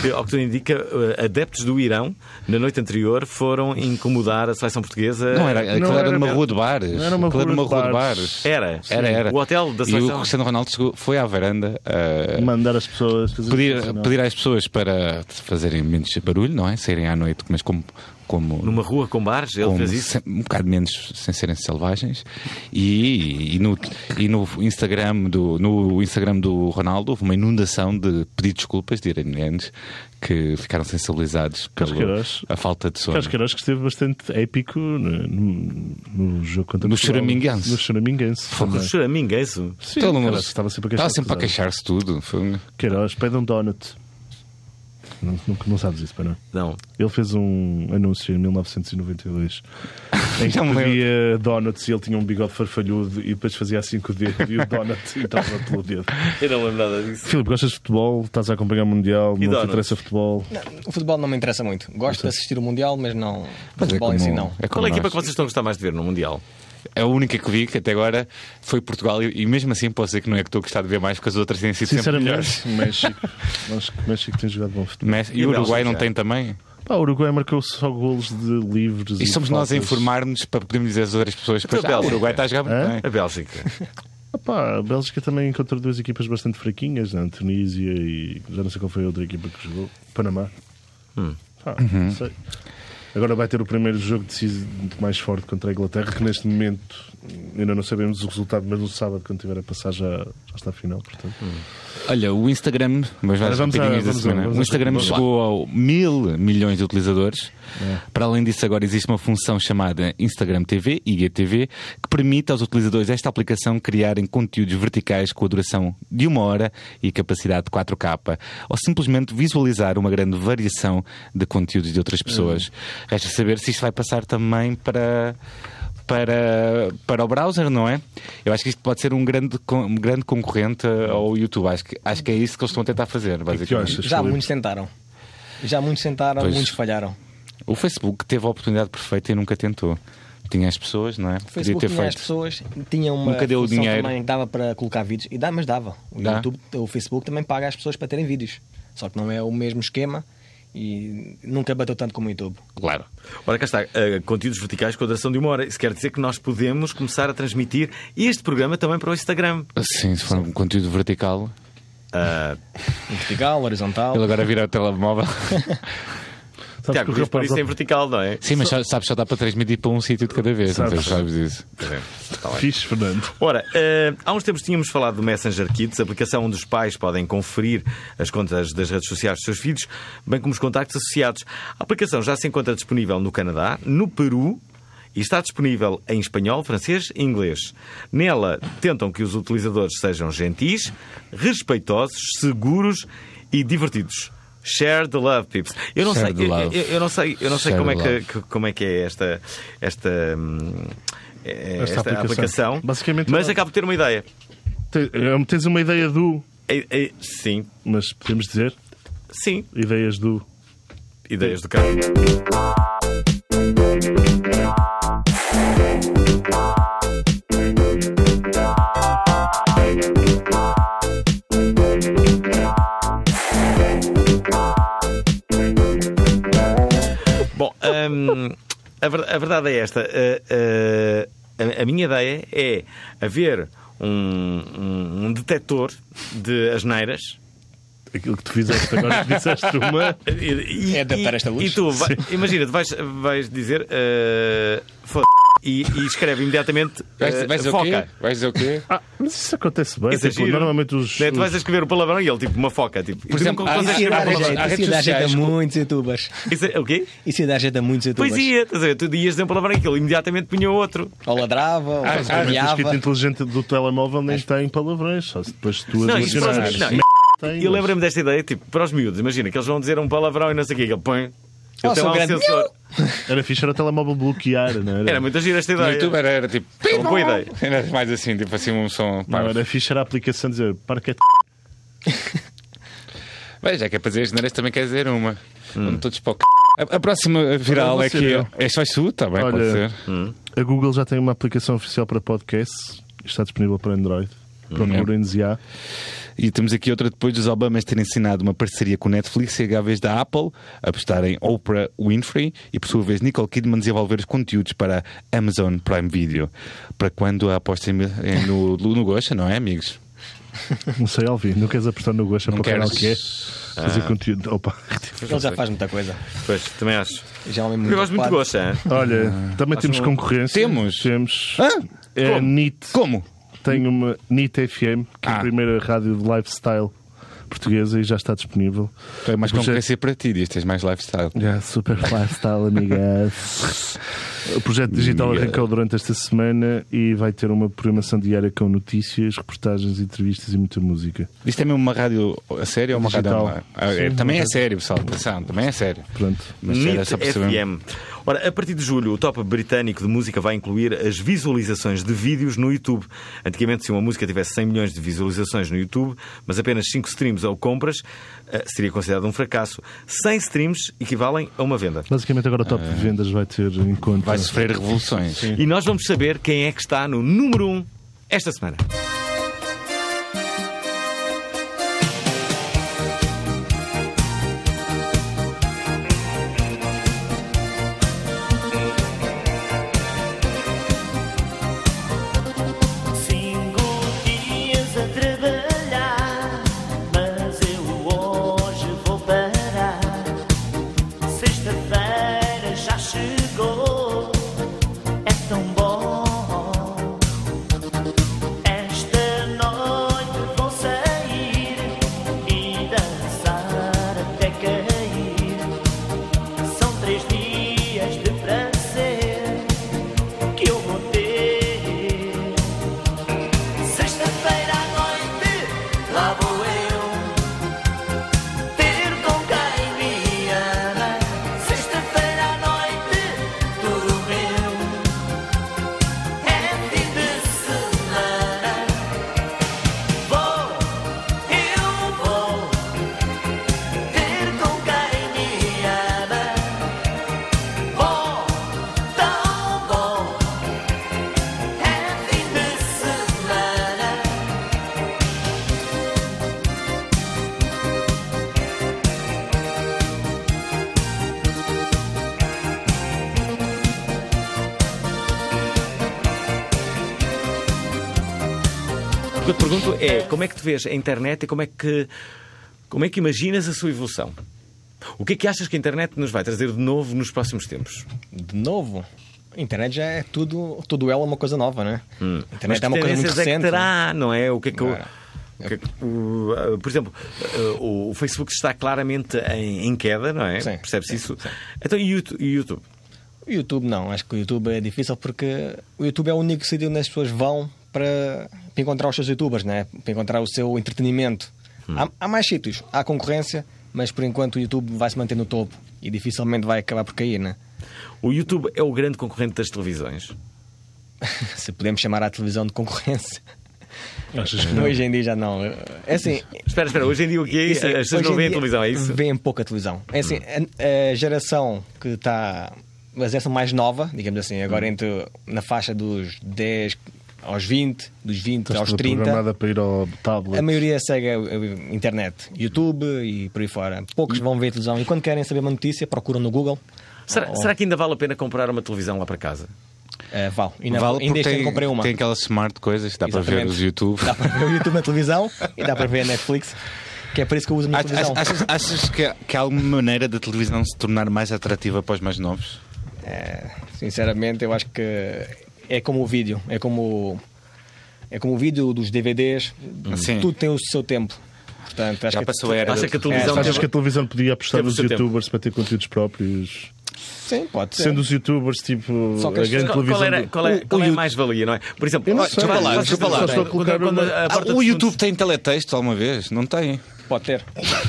que, ao que tudo indica, eh, adeptos do Irão, na noite anterior, foram incomodar a seleção portuguesa.
Não, era, aquilo era,
era-
numa rua de bares.
era uma
Aquilo
rua de bares.
Era.
Era, era.
O hotel da
E o
seleção.
Cristiano Ronaldo chegou- foi à varanda eh, a
Mandar as pessoas. fazer
pedir,
isso, não.
pedir às pessoas para fazerem menos barulho, não é? Saírem à noite, mas como. como
Numa rua com bares, ele
como
fez isso.
sem- um bocado menos sem serem selvagens e, e no, e no Instagram do no Instagram do Ronaldo houve uma inundação de pedir desculpas de iranianos que ficaram sensibilizados pela
Casqueiros.
a falta de sono
Acho que era, acho que esteve bastante épico no, no- no jogo contra
No
Portugal.
Choraminguense.
No Choraminguense.
é?
O choraminguense.
Sim,
Todo mundo-
caralho, estava sempre a queixar.
estava sempre a queixar-se tudo Foi um-
Queiroz, pede um donut. Não, não, não sabes isso, para não. é?
Não.
Ele fez um anúncio em 1992 em que
Já me lembro.
pedia donuts e ele tinha um bigode farfalhudo e depois fazia assim com o dedo e o donut entrava pelo dedo.
Eu não lembro nada disso.
Filipe, gostas de futebol? Estás a acompanhar o Mundial? não
donuts?
te interessa futebol?
O futebol não me interessa muito. Gosto de assistir o Mundial, mas não. O
é- Mas é
futebol em
como-
si não.
é como
Qual é a equipa
nós.
que
É
vocês estão a gostar mais de ver no Mundial?
A única que vi que até agora foi Portugal e, e mesmo assim posso dizer que não é que estou a gostar de ver mais porque as outras têm sido sempre melhores.
Sinceramente, o México. Acho que o México tem jogado bom futebol.
Mas- e
E a
o Uruguai
Bélgica?
não tem também?
Pá, o Uruguai marcou só golos de livres.
E somos nós a
faltas.
informarmos para podermos dizer às outras pessoas que
Então,
ah, o
Bélgica.
Uruguai está a jogar muito
Hã?
bem.
A Bélgica.
Ah, pá, a Bélgica também encontrou duas equipas bastante fraquinhas, não? Tunísia e já não sei qual foi a outra equipa que jogou. Panamá.
Hum.
Pá, não sei. Agora vai ter o primeiro jogo decisivo muito mais forte contra a Inglaterra, que neste momento ainda não sabemos o resultado, mas no sábado, quando tiver a passar, já, já está a final. Portanto.
Hum.
Olha, o Instagram, mas mais
Agora vamos
rapidinho
a-
da
vamos a-
semana.
vamos
o
a-
Instagram
vamos lá.
chegou ao mil milhões de utilizadores.
É.
Para além disso, agora existe uma função chamada Instagram TV, IGTV, que permite aos utilizadores desta aplicação criarem conteúdos verticais com a duração de uma hora e capacidade de 4K, ou simplesmente visualizar uma grande variação de conteúdos de outras pessoas.
É.
Resta saber se isto vai passar também para para, para o browser, não é? Eu acho que isto pode ser um grande, con- um grande concorrente eh, ao YouTube. Acho que, acho que é isso que eles estão a tentar fazer,
O que é que
basicamente.
achas?
Já
Filipe?
muitos tentaram. Já muitos tentaram,
Pois.
muitos falharam.
O Facebook teve a oportunidade perfeita e nunca tentou. Tinha as pessoas, não é?
O Facebook tinha as pessoas, tinha uma
Nunca deu o
função
dinheiro.
também que dava para colocar vídeos, e dá, mas dava. O,
Dá?
YouTube, o Facebook também paga às pessoas para terem vídeos, só que não é o mesmo esquema e nunca bateu tanto como o YouTube.
Claro.
Ora, cá está, eh, conteúdos verticais com a duração de uma hora. Isso quer dizer que nós podemos começar a transmitir este programa também para o Instagram.
Sim, se for um conteúdo vertical.
Ah,
Vertical, horizontal.
Ele agora vira o telemóvel.
Sabes
Tiago,
que o
por
rapaz
isso é em vertical, não é?
Sim, mas só- sabes, só dá para transmitir para um sítio de cada vez. Não sei
Sabes.
se sabes isso.
Tá bem.
fixe, Fernando.
Ora, eh, há uns tempos tínhamos falado do Messenger Kids, aplicação onde os pais podem conferir as contas das redes sociais dos seus filhos, bem como os contactos associados. A aplicação já se encontra disponível no Canadá, no Peru e está disponível em espanhol, francês e inglês. Nela tentam que os utilizadores sejam gentis, respeitosos, seguros e divertidos. Share the love, peeps. Eu não
Share
sei,
the
eu-
love.
Eu, eu não sei, eu não sei
Share
como é
the
que,
love.
que- como é que é esta esta hum, eh,
Esta
esta aplicação.
aplicação. Basicamente, é-
mas
não.
acabo de ter uma ideia.
Te- é, Tens uma ideia do.
Ei, ei, sim,
Mas podemos dizer
sim,
ideias do.
ideias do carro. Bom, hum, a, ver- a verdade é esta. Uh, uh, a, a minha ideia é haver um, um, um detector de asneiras.
Aquilo que tu fizeste agora, que disseste uma.
E- e-
É adaptar
e-
esta luz?
E tu, vai- imagina, tu vais, vais dizer eh, foda e, e escreve imediatamente eh,
Vais, vais dizer o quê?
foca.
Vais dizer o quê?
Ah, mas isso acontece bem.
Isso é
tipo,
giro.
normalmente os.
Né, tu vais
os-
a escrever o palavrão e ele, tipo, uma foca. Tipo, e tu
exemplo,
nunca
há-
consegues
Isso
escrever
ia dar
a
As
palavra.
jeito-
redes
isso ia dar jeito a
sociais,
muitos youtubers.
Isso é- O quê?
Isso ia dar jeito a muitos youtubers.
Poesia, estás a ver? Tu dias um palavrão e ele imediatamente punha outro.
Ou ladrava, ou
Ah,
Mas o
avaliava.
escrito inteligente do telemóvel nem tem palavrões, só se depois tu
Não,
as
isso para os miúdos. Não,
mencionares. Tem,
e eu
mas-
lembro-me desta ideia, tipo, para os miúdos, imagina que eles vão dizer um palavrão e não sei o quê, que ele põe.
Oh,
Ele tem
sou
lá um
grande.
sensor.
Era fixe, era o telemóvel bloquear, não era?
Era muito gira esta
No
ideia.
YouTube era, era tipo.
É uma boa ideia.
Era mais assim, tipo assim, um som.
Não,
parvo.
era fixe, era a aplicação dizer parque é t-
Bem, já que é para dizer as neiras, também quer dizer uma. Vamos todos para o c... a, a próxima viral
Agora
é
vou
que
ser
é.
eu.
É só isso, está bem,
Olha,
pode ser.
Hum.
A Google já tem uma aplicação oficial para podcasts, está disponível para Android.
Hum.
Procurem-nos e há.
E temos aqui outra depois dos Obamas terem assinado uma parceria com Netflix e HVs da Apple, apostarem Oprah Winfrey e, por sua vez, Nicole Kidman desenvolver os conteúdos para a Amazon Prime Video. Para quando a aposta em, em- no, no Gocha, não é, amigos?
Não sei, Alvi, não queres apostar no gosto é para
Não
o canal que é?
queres.
Fazer
Ah.
conteúdo. Opa.
Ele já faz muita coisa.
Pois, também acho.
Já é um homem
Eu gosto muito de
ocupado.
gosto, hein?
Olha, também temos concorrência.
um- Temos?
Temos.
Hã?
É a
Como?
NIT.
Como?
Tem uma NIT FM, que é
Ah.
a primeira rádio de lifestyle portuguesa e já está disponível.
Tem É mais
O projeto-
concorrência para ti, diz, tens mais lifestyle.
Já, super lifestyle, amigas. O projeto digital
Amigas.
arrancou durante esta semana e vai ter uma programação diária com notícias, reportagens, entrevistas e muita música.
Isto é mesmo uma rádio a sério ou uma
Digital.
rádio a... Ah, é,
Sim,
Também
uma
é
rádio.
sério, pessoal, atenção, também é sério.
Pronto.
Mas era
NIT
só para saber.
FM. Ora, a partir de julho, o top britânico de música vai incluir as visualizações de vídeos no YouTube. Antigamente, se uma música tivesse 100 milhões de visualizações no YouTube, mas apenas 5 streams ou compras, eh, seria considerado um fracasso. 100 streams equivalem a uma venda.
Basicamente, agora o top de vendas vai ter em conta.
Vai sofrer revoluções.
E nós vamos saber quem é que está no número 1 esta semana. que eu te pergunto é como é que te vês a internet e como é que, como é que imaginas a sua evolução? O que é que achas que a internet nos vai trazer de novo nos próximos tempos?
De novo, a internet já é tudo, tudo ela é uma coisa nova, né?
Hum.
A
Mas
internet
que
é uma coisa muito
tendências é que
recente. né?
terá, não é? O que é que, o-
Agora,
o que é que o- ah, por exemplo, ah, o, o Facebook está claramente em, em queda, não é?
Sim,
Percebe-se
sim,
isso? Então, e o Youtu- e o YouTube?
O YouTube não, acho que o YouTube é difícil porque o YouTube é o único sítio onde as pessoas vão para, para encontrar os seus youtubers, né? para encontrar o seu entretenimento. Há, há mais sítios, há concorrência, mas por enquanto o YouTube vai se manter no topo e dificilmente vai acabar por cair, né?
O YouTube é o grande concorrente das televisões.
se podemos chamar a televisão de concorrência.
Achas que
Hoje em dia já não. É assim,
Espera, espera, hoje em dia o que é?
Isso,
As pessoas
hoje
não
em
veem a
dia
televisão, é isso? Hum.
Vêem pouca televisão. É assim, a, a geração que está. A geração mais nova, digamos assim, agora
Hum.
entre na faixa dos 10 aos 20, dos 20 aos
Estás
30.
programada para ir ao tablet.
A maioria segue a, a internet, YouTube e por aí fora.
Hum.
Poucos vão ver televisão e quando querem saber uma notícia procuram no Google. Oh.
Será, será que ainda vale a pena comprar uma televisão lá para casa?
Eh, vale, ainda,
Vale
ainda
porque
este ano
tem,
comprei uma.
tem aquelas smart coisas, dá para ver
Exatamente.
os YouTube.
Dá para ver o YouTube na televisão e dá para ver a Netflix, que é por isso que eu uso a minha
Ach-
televisão.
ach- Achas, achas que, há- que há alguma maneira da televisão se tornar mais atrativa para os mais novos?
É, sinceramente, eu acho que é como o vídeo, é como é como o vídeo dos DVDs,
Sim.
tudo tem o seu tempo. Portanto, acho
Já
que
passou a era.
Acha
da-
que a televisão
É,
Então, Achas
teve-
que a televisão podia apostar
Teve o
nos
seu tempo.
youtubers para ter conteúdos próprios?
Sim, pode ser.
Sendo os youtubers, tipo,
Só que
a
as-
grande
Qual-
televisão...
Qual, era,
do-
qual é,
O-
qual
o
é a
Yu-
mais-valia, não é? Por exemplo,
Eu não
olha,
sei.
tu vais-
Deixa eu
vais-
falar,
quando-
deixa eu
quando-
falar.
quando a
Ah,
porta
o
dos-
YouTube tem teletexto alguma vez? Não tem.
Pode ter.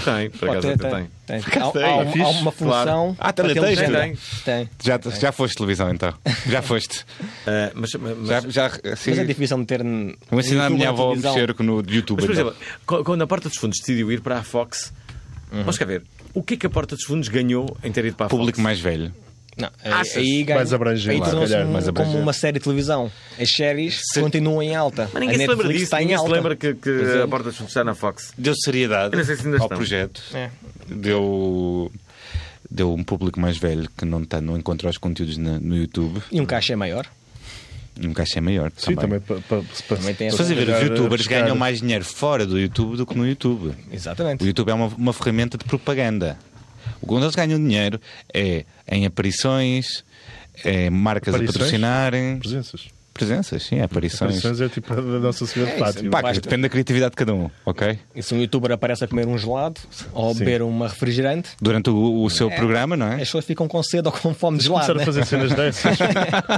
Tem, por
Pode
acaso
ter,
até
tem.
tem.
tem.
acaso
Há,
tem,
há
é
um-
fixe,
há uma função.
claro.
para
Ah,
aquele
teletexto.
género. Tem.
Já, já foste televisão então. Já foste.
Ah, mas, mas-
Já, já, assim,
Mas é difícil meter. n-
Vou ensinar a
YouTube
minha
na
avó a
televisão.
mexer com no YouTube.
Mas, por
então.
exemplo, co- quando a Porta dos Fundos decidiu ir para a Fox,
Uhum.
vamos cá ver, o que é que a Porta dos Fundos ganhou em ter ido para a
Público
Fox?
mais velho.
Não, é,
Achas?
aí ganha-
Mais abrangente,
Aí
claro,
tornou-se
calhar,
um-
mais
como
abrangente.
uma série de televisão. As séries
Se-
continuam em alta.
Mas ninguém
a
se lembra
Netflix
disso,
está em
ninguém se
alta. é.
lembra que, que
Por exemplo.
a Porta dos Fundos está na Fox.
Deu seriedade
Eu não sei se ainda
ao
estão.
projeto.
É.
Deu, deu um público mais velho que não, tá, não encontra os conteúdos na- no YouTube.
E um caixa é maior.
E Um cachê maior.
Sim, também. para- para- para-
Também tem
Se
essa-
fores a ver, os
Calhar,
youtubers
buscar-
ganham mais dinheiro fora do YouTube do que no YouTube.
Exatamente.
O YouTube é uma, uma ferramenta de propaganda. O que onde eles ganham dinheiro é em aparições, é marcas
Aparições?
a patrocinarem.
Presenças.
Presenças, sim, aparições.
Aparições tipo, é tipo a nossa senhora
É
de
isso,
pátio.
Pá, que
Basta.
depende da criatividade de cada um, ok?
E se um youtuber aparece a comer um gelado ou a beber uma refrigerante,
Durante o, o seu programa, não
as
é?
pessoas ficam com sede ou com fome de
Tens de começar
gelado.
a
né?
fazer cenas dessas.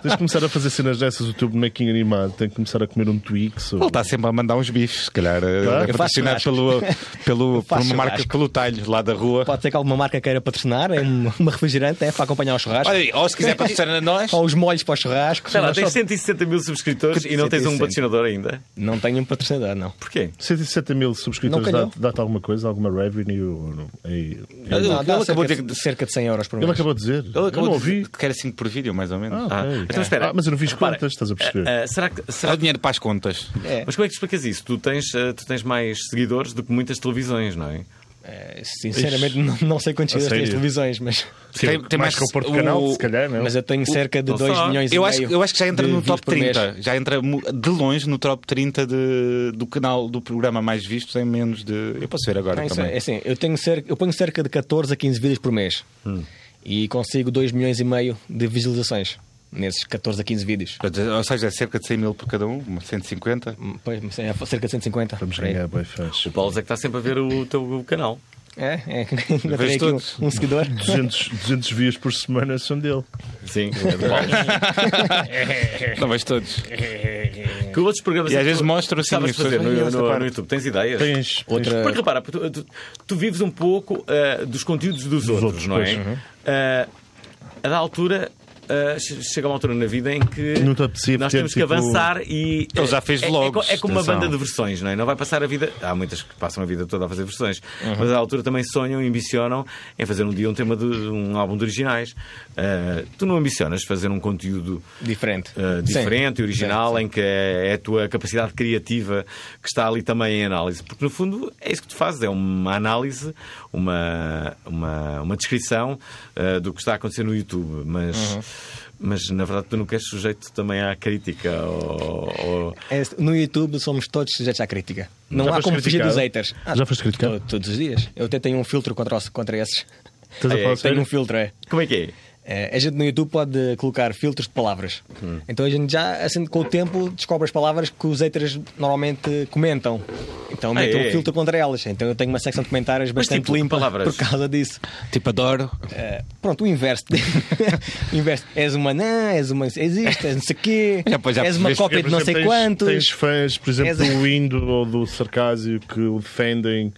Tens de começar a fazer cenas dessas. O teu bonequinho animado tem que começar a comer um Twix. Ou...
Ele está sempre a mandar uns bifes, se calhar,
Claro.
é
Eu faço
patrocinado pelo, pelo, por
faço
uma marca,
churrasco.
pelo talho lá da rua.
Pode ser que alguma marca queira patrocinar, é uma, uma refrigerante, é para acompanhar o churrasco.
Olha aí, ou se quiser patrocinar a nós,
Ou os molhos para o churrasco.
Sei lá,
Não,
tens 160 mil subscritores e não tens um
160.
patrocinador ainda.
Não tenho um patrocinador, não.
Porquê?
160 mil subscritores
Não calhou?
dá- dá-te alguma coisa? Alguma revenue? Ou não? Aí-
Não,
Ele- ele
dá
acabou
cerca,
de
de,
dizer que-
cerca de 100 euros por mês.
Ele acabou de dizer.
ele
eu não
acabou de
ouvi.
dizer que era 5 assim por vídeo, mais ou menos.
Ah,
Ah, ok.
então espera.
Ah, mas eu não fiz
Repara,
contas, estás a perceber?
Ah, ah, será que,
É
será
o dinheiro para as contas.
É,
Mas como é que explicas isso? Tu tens, eh, tu tens mais seguidores do que muitas televisões, não é?
é, sinceramente, não, não sei quantos
A
seguidores têm as
sério?
televisões, mas,
Sim,
tem- tem mais
mais que o Porto
o-
Canal, se calhar, não? é?
mas eu tenho cerca de
não
2
só.
milhões
Eu
e
acho,
meio
eu acho que já entra
de
no
views
top
por mês.
30. Já entra mu- de longe no top 30 de- do canal do programa mais visto em menos de. Eu posso ver agora
Não, isso
também.
é assim, eu, tenho cerca, eu ponho cerca de 14 a 15 vídeos por mês
Hum.
e consigo 2 milhões e meio de visualizações nesses 14 a 15 vídeos.
Portanto, Ou seja, é cerca de 100 mil por cada um, 150.
Hum, Pois, mas é cerca de 150.
Vamos
por aí.
ganhar, bem faz.
O Paulo é que está sempre a ver o teu canal.
É, é.
Vejo
Ainda tem aqui
todos.
um, um seguidor.
200, 200 views por semana são dele.
Sim, é do Paulo.
É.
Não vais todos.
Que outros programas
E
é
às
que tu
vezes mostram, assim,
gostavas
as
de fazer
pessoas-
no,
Ai, esta
no-
parte.
no YouTube? Tens ideias?
Tens,
Outra-
Porque repara, tu, tu- tu vives um pouco ah, dos conteúdos dos, outros,
outros,
não é?
pois.
Ah, a da altura. ah, che- chega uma altura na vida em que
Não te apetecia
nós
ter,
temos que
tipo-
avançar e
Ele já fez
é- é
vlogs,
co- é, como uma
atenção.
banda de versões, não é? Não vai passar a vida. Há muitas que passam a vida toda a fazer versões, mas à altura também sonham e ambicionam em fazer um dia um tema de um álbum de originais. Ah, tu não ambicionas fazer um conteúdo
Diferente.
Uh, diferente e original, em que é a tua capacidade criativa que está ali também em análise. Porque, no fundo, é isso que tu fazes: é uma análise, eh, uma, uma, uma descrição uh, do que está a acontecer no YouTube. Mas Mas na verdade tu nunca és sujeito também à crítica. Ou, ou-
É, no YouTube somos todos sujeitos à crítica. Não
Já
há
foste
como fugir
criticado?
dos haters. Ah,
Já foste criticado?
to- Todos os dias. Eu até tenho um filtro contra, os- contra esses.
Estás a
É, é,
falar
Tenho
sério?
um filtro, é.
Como é que é?
É, A gente no YouTube pode colocar filtros de palavras.
Hum.
Então a gente já, assim, com o tempo, descobre as palavras que os haters normalmente comentam. Então metem
Ah, é?
um filtro contra elas. Então eu tenho uma secção de comentários
Mas
bastante
tipo, que
limpa
palavras?
por causa disso.
Tipo, adoro.
É, pronto, o inverso. o inverso. És uma nã, és uma existe, és não sei quê,
Já, pois, já
és uma
percebeste.
Porque,
cópia
É, por
de não sei
exemplo, tens-
quantos.
Tens fãs, por exemplo,
És-
do Indo ou do Sarcásio que o defendem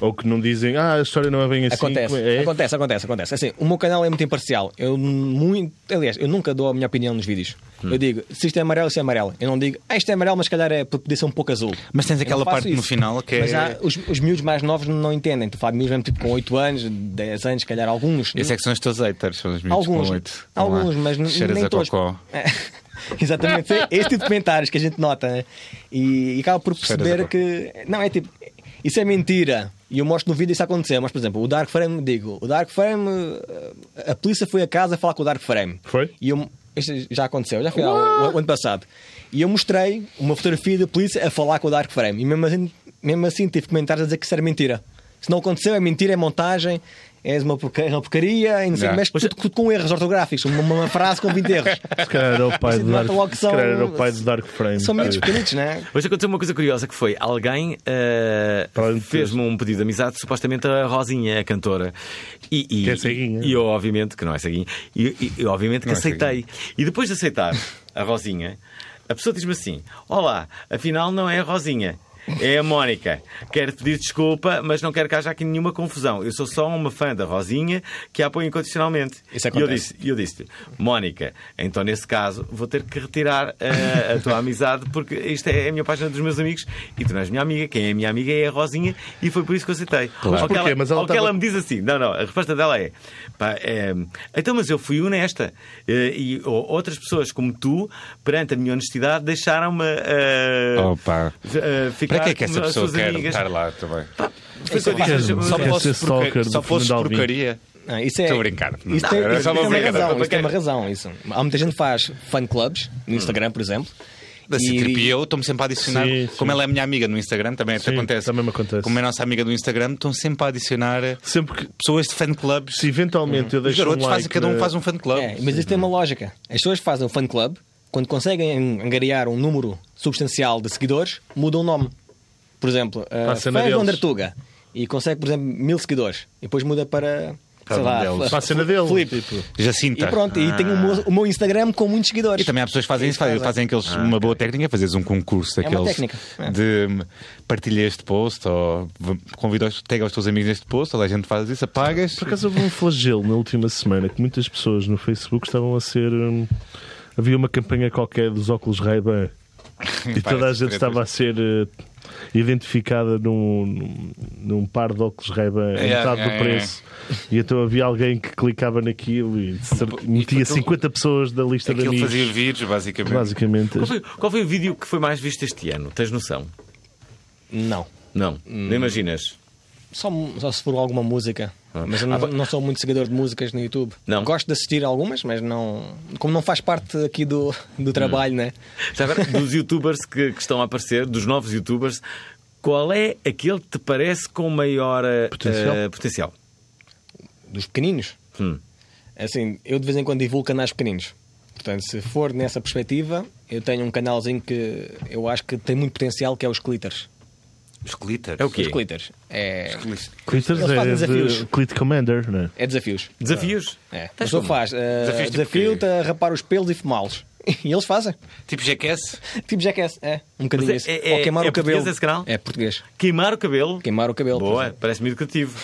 ou que não dizem ah, a história não é bem assim.
Acontece,
É?
acontece, acontece, acontece. Assim, o meu canal é muito imparcial. Eu muito, aliás, eu nunca dou a minha opinião nos vídeos.
Hum.
Eu digo, se isto é amarelo, isto é amarelo. Eu não digo, ah, isto é amarelo, mas se calhar é podia ser um pouco azul.
Mas tens
Eu
aquela
não faço
parte no
isso.
final que é-
Mas há, os, os miúdos mais novos não entendem. Tu falas de miúdos mesmo tipo com 8 anos, 10 anos, se calhar alguns.
Esses é que são os teus haters, são os miúdos
Alguns,
com oito. Vão lá.
alguns, mas n-
Cheiras
nem
a
todos.
cocó.
É, Exatamente, é este tipo de comentários que a gente nota né? e, e acaba por
Cheiras a
perceber
cocó.
que não é tipo isso é mentira. E eu mostro no vídeo isso a acontecer. Mas, por exemplo, o Dark Frame, digo, o Dark Frame, eh, a polícia foi a casa falar com o Dark Frame.
Foi?
E eu, isto já aconteceu, já foi há o, o ano passado. E eu mostrei uma fotografia da polícia a falar com o Dark Frame. E mesmo assim, mesmo assim tive comentários a dizer que isso era mentira. Se não aconteceu, é mentira, é montagem, é uma porca- é uma porcaria, e não sei, o
Já.
quê, mas tudo, tudo com erros ortográficos, uma, uma frase com 20 erros.
Se calhar era o pai
Isso
do
mata logo
Dark,
que
se
são-
calhar era o pai do Dark Frame.
São miúdos
que-
pequenitos, não é?
Hoje aconteceu uma coisa curiosa que foi alguém eh,
Para além de
fez-me um pedido de amizade, supostamente a Rosinha, a cantora. E, e-
Que é ceguinha.
E eu, obviamente, que não é ceguinha, e, e- eu, obviamente que
Não é
aceitei. e depois de aceitar a Rosinha, a pessoa diz-me assim: Olá, afinal não é a Rosinha. É a Mónica. Quero pedir desculpa, mas não quero que haja aqui nenhuma confusão. Eu sou só uma fã da Rosinha que a apoio incondicionalmente.
Isso
e eu
acontece.
disse, e eu disse-lhe, Mónica, então nesse caso vou ter que retirar eh, a, tua amizade porque isto é a minha página dos meus amigos e tu não és minha amiga, quem é minha amiga é a Rosinha e foi por isso que eu aceitei. Ao, que
porquê?
ela,
Mas ela
ao que
tava-
ela me diz assim, não, não, a resposta dela é, pá, eh, então mas eu fui honesta eh, e ou- outras pessoas como tu, perante a minha honestidade, deixaram-me eh,
Opa.
eh, ficar
Para que é que essa
como as
pessoa
suas
quer
amigas.
estar lá também?
Foi o que eu
Quer
disse,
dizer,
mas-
Só
Quer
posso
ser
porca-
stalker
só
do
posso
Fernando Alvim.
porcaria.
Não, isso é
Estou a brincar.
Isso tem,
Era
isso
só uma
tem uma
brincadeira.
razão, isso tem uma razão. Isso. Há muita gente que faz fan clubs no Instagram, por exemplo.
Da
tipo.
Citrip e eu estou-me sempre a adicionar.
Sim,
Como
sim.
ela é minha amiga no Instagram, também até
Sim,
acontece.
também me acontece.
Como é nossa amiga do Instagram, estão sempre a adicionar
Sempre que
pessoas de fã-clubes.
se eventualmente eu
Os
deixo um
garotos
like
fazem, cada um
na-
faz um fã-clube.
É, mas isso tem uma lógica. As pessoas que fazem o fan club, quando conseguem angariar um número substancial de seguidores, mudam o nome. Por exemplo, uh,
cena
fãs do
deles.
Undertuga e consegue, por exemplo, mil seguidores e depois muda para.
Para
sei
um
lá,
deles.
Fla-
Para a cena deles,
Filipe.
tipo.
Jacinta.
E pronto, e tenho o meu, o meu Instagram com muitos seguidores.
E também há pessoas que fazem isso, fazem, fazem aqueles, uma boa técnica, fazeres um concurso
uma
daqueles
técnica, é.
de hum, partilha este post ou v- convida os, tag aos teus amigos neste post, toda a gente faz isso, apagas.
Por acaso houve um flagelo na última semana que muitas pessoas no Facebook estavam a ser. hum, havia uma campanha qualquer dos óculos Ray-Ban e toda a gente estava a ser. eh, Identificada num, num, num par de óculos Ray-Ban a
Yeah,
metade
yeah,
do preço, e então havia alguém que clicava naquilo e cer- metia 50 pessoas da lista de
Aquilo
amigos.
fazia é? vídeos, basicamente.
Basicamente,
é
Qual foi, qual foi o vídeo que foi mais visto este ano? Tens noção?
Não.
Não,
Hum.
não imaginas.
Só, só se for alguma música. Mas eu não, não sou muito seguidor de músicas no YouTube.
Ah. Não.
Gosto de assistir algumas, mas não. Como não faz parte aqui do,
Hum.
do trabalho, né?
Já agora, dos youtubers que, que estão a aparecer, dos novos youtubers, qual é aquele que te parece com maior eh,
Potencial?
eh, potencial?
Dos pequeninos.
Hum.
Assim, eu de vez em quando divulgo canais pequeninos. Portanto, se for nessa perspectiva, eu tenho um canalzinho que eu acho que tem muito potencial, que é os Clitters.
Os glitters.
É o quê?
Os Clitters. É,
Clitters
Eles fazem
é
desafios.
de Clit Commander, não é?
é desafios.
Desafios?
Ah,
É. A pessoa faz. eh,
Desafios tipo
Desafio-te
quê?
a rapar os pelos e fumá-los. E eles fazem.
Tipo GQS?
Tipo jackass. É, um bocadinho
Mas
isso.
é- é-
Ou queimar
é
o cabelo.
português esse canal?
É português.
Queimar o cabelo?
Queimar o cabelo. por exemplo.
Boa, parece-me educativo.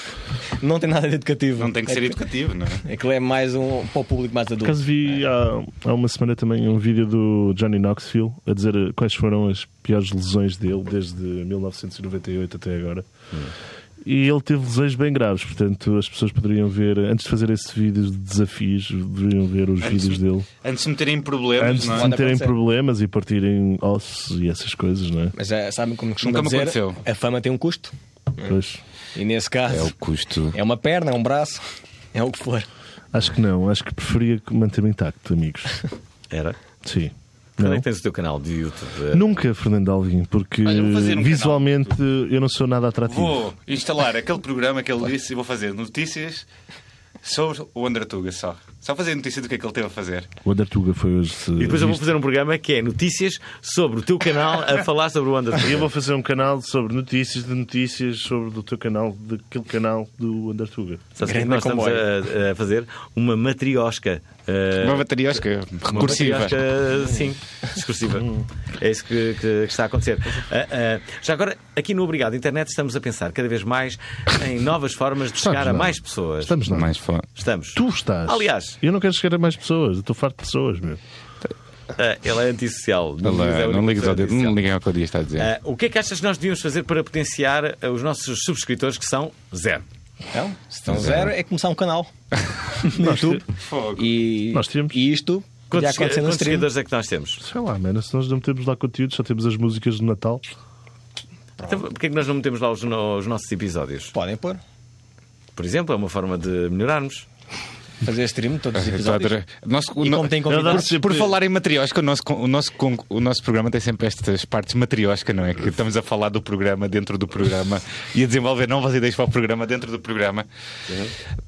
Não tem nada de educativo.
Não tem que ser
É-
educativo, não é?
Aquilo é mais um para o público mais
Por
adulto.
acaso vi há, há uma semana também um vídeo do Johnny Knoxville a dizer eh, quais foram as piores lesões dele desde 1998 até agora. E ele teve lesões bem graves, portanto as pessoas poderiam ver, antes de fazer esse vídeo de desafios, deveriam ver os vídeos dele.
Antes de me terem problemas,
Antes
não é?
de terem
acontecer.
problemas e partirem ossos e essas coisas, não é?
Mas é, sabem como costuma
Nunca me
dizer,
aconteceu.
a fama tem um custo.
Hum.
Pois.
E nesse caso,
custo.
é uma perna, é um braço, é o que for.
Acho que não, acho que preferia manter-me intacto, amigos.
Era?
Sim.
Quando
Não?
é que tens o teu canal de YouTube?
Nunca, Fernando Alvim, porque
Olha, vou fazer um
visualmente eu não sou nada atrativo.
Vou instalar aquele programa que ele disse e vou fazer notícias sobre o Andratuga só. Só fazer notícia do que é que ele teve a fazer.
O Andartuga foi hoje. se-
E depois eu vou fazer um programa que é notícias sobre o teu canal a falar sobre o Anderson.
Eu vou fazer um canal sobre notícias de notícias sobre o teu canal, daquele canal do Andartuga.
Sabes o que é que nós estamos a, a fazer? Uma matriosca. eh,
Uma bateriosca
uma
é recursiva.
é
matriosca, sim, discursiva. É isso que, que- que está a acontecer. Ah, ah, já agora, aqui no Obrigado Internet, estamos a pensar cada vez mais em novas formas de chegar a
é?
não.
mais pessoas.
Estamos lá.
Mais fo-
Estamos.
Tu estás.
Aliás.
Eu não quero chegar a mais pessoas. Eu estou farto de pessoas, meu.
Ah, ele é antissocial. é
Olá, é, Não ligues ao dedo,
antissocial.
não liguem ao que o dia está a dizer.
Ah, o que é que achas que nós devíamos fazer para potenciar ah, os nossos subscritores, que são zero?
Então, se estão zero, é começar um canal.
Nós,
Fogo.
E,
Nós temos.
e isto podia
Quantos,
acontecer no
quantos
stream.
seguidores é que nós temos?
sei lá, mano, se nós não metemos lá conteúdo, só temos as músicas de Natal.
Então, Porquê é que nós não metemos lá os, no- os nossos episódios?
Podem pôr.
Por exemplo, é uma forma de melhorarmos.
Fazer stream de todos os
Estou a
episódios.
adorar. Nosso-
E
no-
como tem
Eu
convidados,
dou-se-
Por falar em matriosca, o nosso, con- o, nosso, con- o nosso programa tem sempre estas partes matriosca, não é? Que estamos a falar do programa dentro do programa e a desenvolver novas ideias para o programa dentro do programa.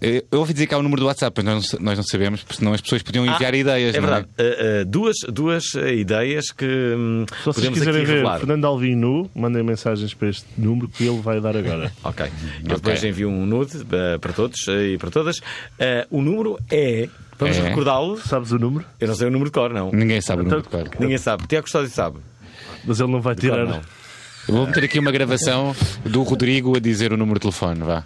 Eh, Eu ouvi dizer que há um número do WhatsApp, mas nós não, sa- nós não sabemos, porque senão as pessoas podiam enviar
Ah,
ideias,
É
não
verdade. Ah, ah, duas, duas ah, ideias que hum,
Se vocês
podemos aqui
quiserem ver
revelar.
Fernando Alvim nu, mandem mensagens para este número que ele vai dar agora.
Ok. Eu depois
Ok.
envio um nude ah, para todos ah, e para todas. Ah, o número é. Vamos
É.
recordá-lo.
Sabes o número?
Eu não sei o número de cor, não.
Ninguém sabe o número,
Então-
claro.
Ninguém sabe. Tiago Custódio sabe.
Mas ele não vai
De cor,
tirar.
não.
Eu vou meter aqui uma gravação do Rodrigo a dizer o número de telefone, vá.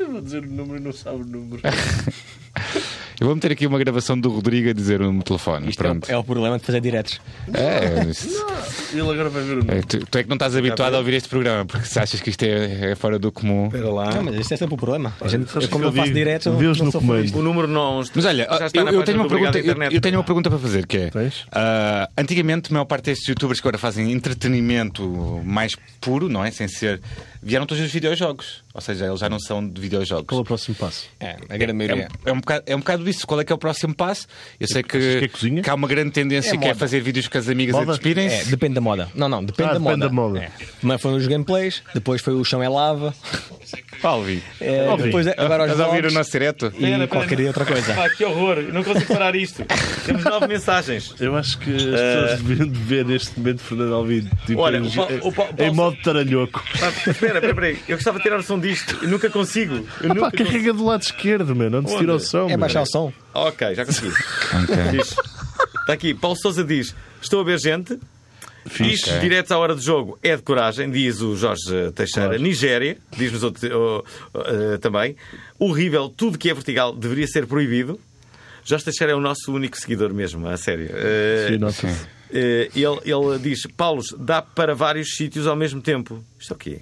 Eu vou dizer o número e não sabe o número.
É,
Eu vou meter aqui uma gravação do Rodrigo a dizer o número de telefone.
isto é o,
Pronto.
é o problema de fazer diretos.
É, isto-
Ele agora vai ver o número.
é, tu, tu é que não estás habituado a ouvir este programa, porque se achas que isto é, é fora do comum.
Espera lá.
Não, mas isto é sempre o problema. A gente,
Sabes
eu, como
que
não
eu
faço
digo?
diretos, eu não,
Deus
não
no
sou
comando.
feliz.
O número não.
Mas olha,
já está
eu,
na
eu
página
tenho uma
do Obrigado
pergunta, eu-
Internet.
eu tenho uma pergunta para fazer que é
Tens?
ah, antigamente a maior parte destes youtubers que agora fazem entretenimento mais puro, não é? Sem ser, vieram todos os videojogos. Ou seja, eles já não são de videojogos.
Qual é o próximo passo?
É, a grande
É um,
maioria.
é, um bocado, é um bocado isso. Qual é que é o próximo passo? Eu sei que,
que é cozinha?
que há uma grande tendência
É
que é
moda.
fazer vídeos com as amigas
Moda?
a despirem-se.
É, depende da moda. Não, não, depende
Ah,
da moda.
depende da moda.
É. Mas foram os gameplays, depois foi o chão é lava,
Alvi,
é,
Ouvi.
depois é- agora os
estás a ouvir o
vlogs
nosso direto?
e qualquer outra coisa.
Ah, que horror. Eu não consigo parar isto. Temos nove mensagens.
Eu acho que as pessoas deviam de ver neste momento Fernando Alvim. tipo,
Eh. Olha,
em-
o Paulo- o Paulo-
em modo taralhoco.
Ah, espera, espera, espera aí. Eu gostava de tirar o som disto. Eu nunca consigo. Eu
Ah, pá,
nunca
carrega do lado esquerdo, mano. Onde se tira o
Onde?
som?
É
mano.
baixar o som.
consigo. Ok, já consegui. Diz. Está aqui. Paulo Souza diz: Estou a ver gente. Isto direto à hora do jogo é de coragem, diz o Jorge Teixeira. Nigéria, diz-nos outro, oh, oh, eh, também. Horrível, tudo que é vertical deveria ser proibido. Jorge Teixeira é o nosso único seguidor mesmo, a sério. Eh,
Sim, nota-se.
eh, ele, ele diz: Paulos, dá para vários sítios ao mesmo tempo. Isto é o quê?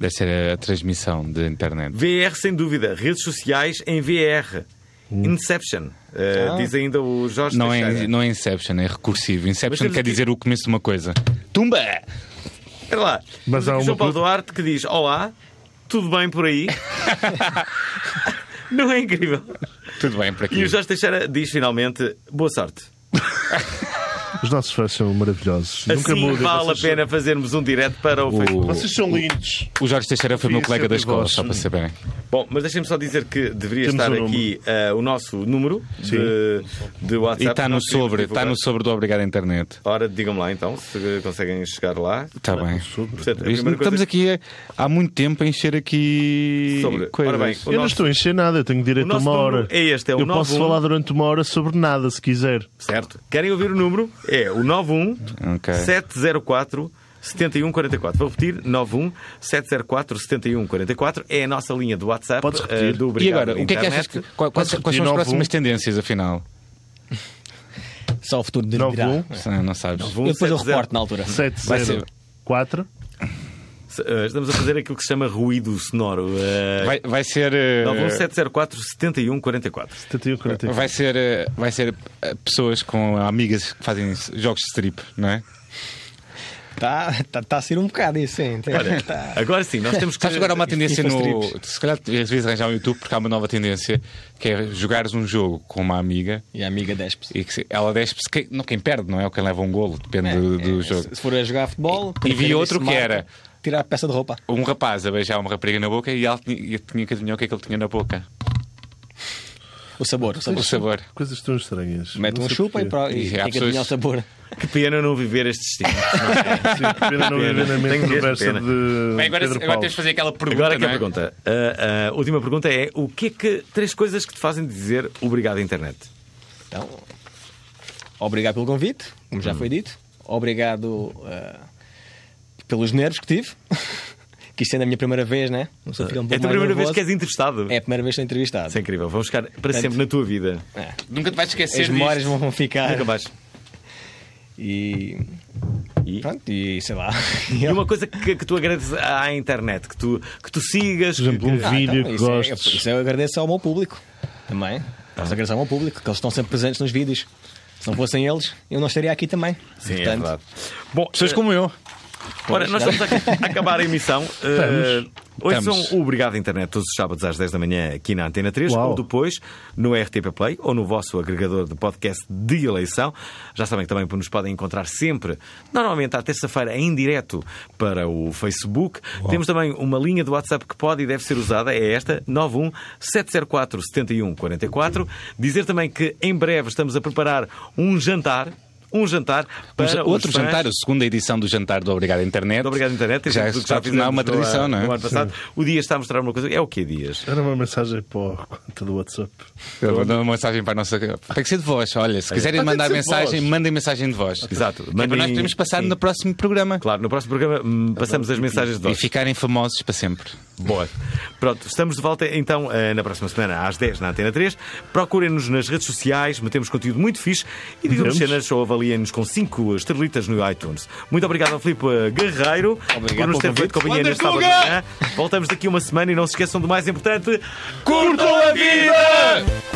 Deve ser a transmissão de internet.
VR sem dúvida, redes sociais em VR.
Hum.
Inception, eh,
Ah.
diz ainda o Jorge
Não
Teixeira.
é, não é Inception, é recursivo. Inception
temos
quer
aqui-
dizer o começo de uma coisa. Tumba!
Espera lá.
Mas
Mas
há uma
João Paulo
pergunta-
Duarte que diz: Olá, tudo bem por aí? não é incrível?
Tudo bem para aqui.
E o Jorge Teixeira diz finalmente: Boa sorte.
Os nossos fãs são maravilhosos. Nunca
assim
mudem.
vale a
vocês
pena fazermos um direto para o Facebook.
O,
Vocês são lindos.
o Jorge Teixeira foi meu
Isso
colega
eu
da
te
escola,
gosto.
só para saberem.
Bom, mas deixem-me só dizer que deveria
Temos
estar
um
aqui eh, o nosso número de, de WhatsApp.
E está no
Nós queríamos
sobre, está
divulgar.
no sobre do Obrigado Internet.
Ora, digam-me lá então, se conseguem chegar lá.
Está bem.
Portanto, é a
Isto-
primeira coisa-
Estamos aqui a- há muito tempo a encher aqui
Sobre.
coisas.
Ora bem, o
Eu não
nosso-
estou a encher nada, eu tenho direito
O
a
nosso
uma hora.
número é este, é o
Eu posso
91.
falar durante uma hora sobre nada, se quiser.
Certo. Querem ouvir o número? É o 91
Ok.
704 7144. Vou repetir: 91 704 7144. É a nossa linha do WhatsApp.
Podes repetir.
eh, do
e
Obrigado
agora, o que é que
Internet.
achas que, quais, quais são
repetir
as
nove,
próximas
um?
tendências, afinal?
Só o futuro de dirá.
91
Ah, Não sabes.
É. Vou um
Eu depois eu
70.
reporto na altura.
Vai
704
ser.
4
Se- eh, Estamos a fazer aquilo que se chama ruído sonoro. eh,
Vai, vai ser. eh,
91 704 7144.
71 44.
Vai ser, eh, vai ser eh, pessoas com amigas que fazem jogos de strip, não é?
Está tá, tá a ser um bocado isso, sim.
Olha,
Tá.
agora sim, nós temos que.
Sabes que agora há uma tendência
FIFA
no.
strips.
Se calhar às vezes arranjar um YouTube, porque há uma nova tendência que é jogares um jogo com uma amiga
E a amiga 10
e que se- ela despe-se. Quem, não, quem perde, não é? Ou quem leva um golo, depende
É,
do,
é,
do
se-
jogo.
Se for a jogar futebol,
E
quando
vi
quer
outro
isso,
que
marca,
era-
Tirar a peça de roupa.
Um rapaz a beijar uma rapariga na boca e ela tinha, e tinha que adivinhar o que é que ele tinha na boca.
O sabor, o sabor.
O sabor.
Coisas tão estranhas.
Mete
Não
um
sei
chupa e,
porquê.
pro...
E
e
há
tem que
pessoas-
adivinhar o sabor.
Que pena não viver este destino.
Sim, pena não viver na
Tenho
mente
mesmo
conversa
pena.
de. Pedro
Bem, agora, agora
Paulo.
tens de fazer aquela pergunta.
Agora que
não
a
é?
pergunta. A, a última pergunta é: o que é que. Três coisas que te fazem dizer obrigado, internet?
Então, obrigado pelo convite, como
Hum.
já foi dito. Obrigado eh, pelos nervos que tive. que isto é a minha primeira vez, né? Não sei, fica um
é a
pouco
tua
mais
primeira vez
nervoso.
que és entrevistado.
É a primeira vez que sou entrevistado. É.
Isso é incrível. Vamos ficar para sempre na tua vida.
Nunca te vais esquecer.
As
disto.
memórias vão ficar.
Nunca mais.
E.
E-
Pronto, e sei lá.
E uma coisa que, que tu agradeces à internet, que tu, que tu sigas.
Por exemplo, um
que,
Ah,
vídeo
então,
que
isso, é-
gostes.
isso eu agradeço ao meu público também.
Ah.
Posso agradecer ao meu público, que eles estão sempre presentes nos vídeos. Se não fossem eles, eu não estaria aqui também.
Sim, é verdade. Bom, eh,
Pessoas como eu.
Ora, nós estamos a a acabar a emissão. Uh, ouçam
Estamos.
o Obrigado Internet todos os sábados às 10 da manhã aqui na Antena 3
Uau.
ou depois no RTP Play ou no vosso agregador de podcast de eleição. Já sabem que também nos podem encontrar sempre, normalmente à terça-feira, em direto para o Facebook. Temos também uma linha do WhatsApp que pode e deve ser usada, é esta, 91 704 7144. Dizer também que em breve estamos a preparar um jantar. Um jantar para os
outro
fãs
jantar, a segunda edição do jantar do Obrigado Internet.
muito obrigado, internet.
Já
Fizemos o que
está a tornar
fizemos Um
uma
no-
tradição, não é?
No ano passado. O Dias está a mostrar uma coisa. É o que, Dias?
Era uma mensagem para a conta do WhatsApp.
Eu vou dar uma mensagem para a nossa. Tem que ser de voz. Olha,
É.
se quiserem
Tem que
mandar
ser de
mensagem,
voz.
mandem mensagem de voz.
Exato.
Que é para
Mandem-
nós podemos passar
Sim.
no próximo programa.
Claro, no próximo programa hum, passamos as mensagens de
É E
voz.
ficarem famosos para sempre.
Boa. Pronto, estamos de volta então eh, na próxima semana às 10 na Antena 3. Procurem-nos nas redes sociais, metemos conteúdo muito fixe e digam-nos
Vemos.
cenas ou avaliem-nos com 5 estrelitas no iTunes. Muito obrigado ao Filipe Guerreiro por nos
pelo
ter feito companhia neste sábado. de manhã. Voltamos daqui uma semana e não se esqueçam do mais importante: curtam a vida!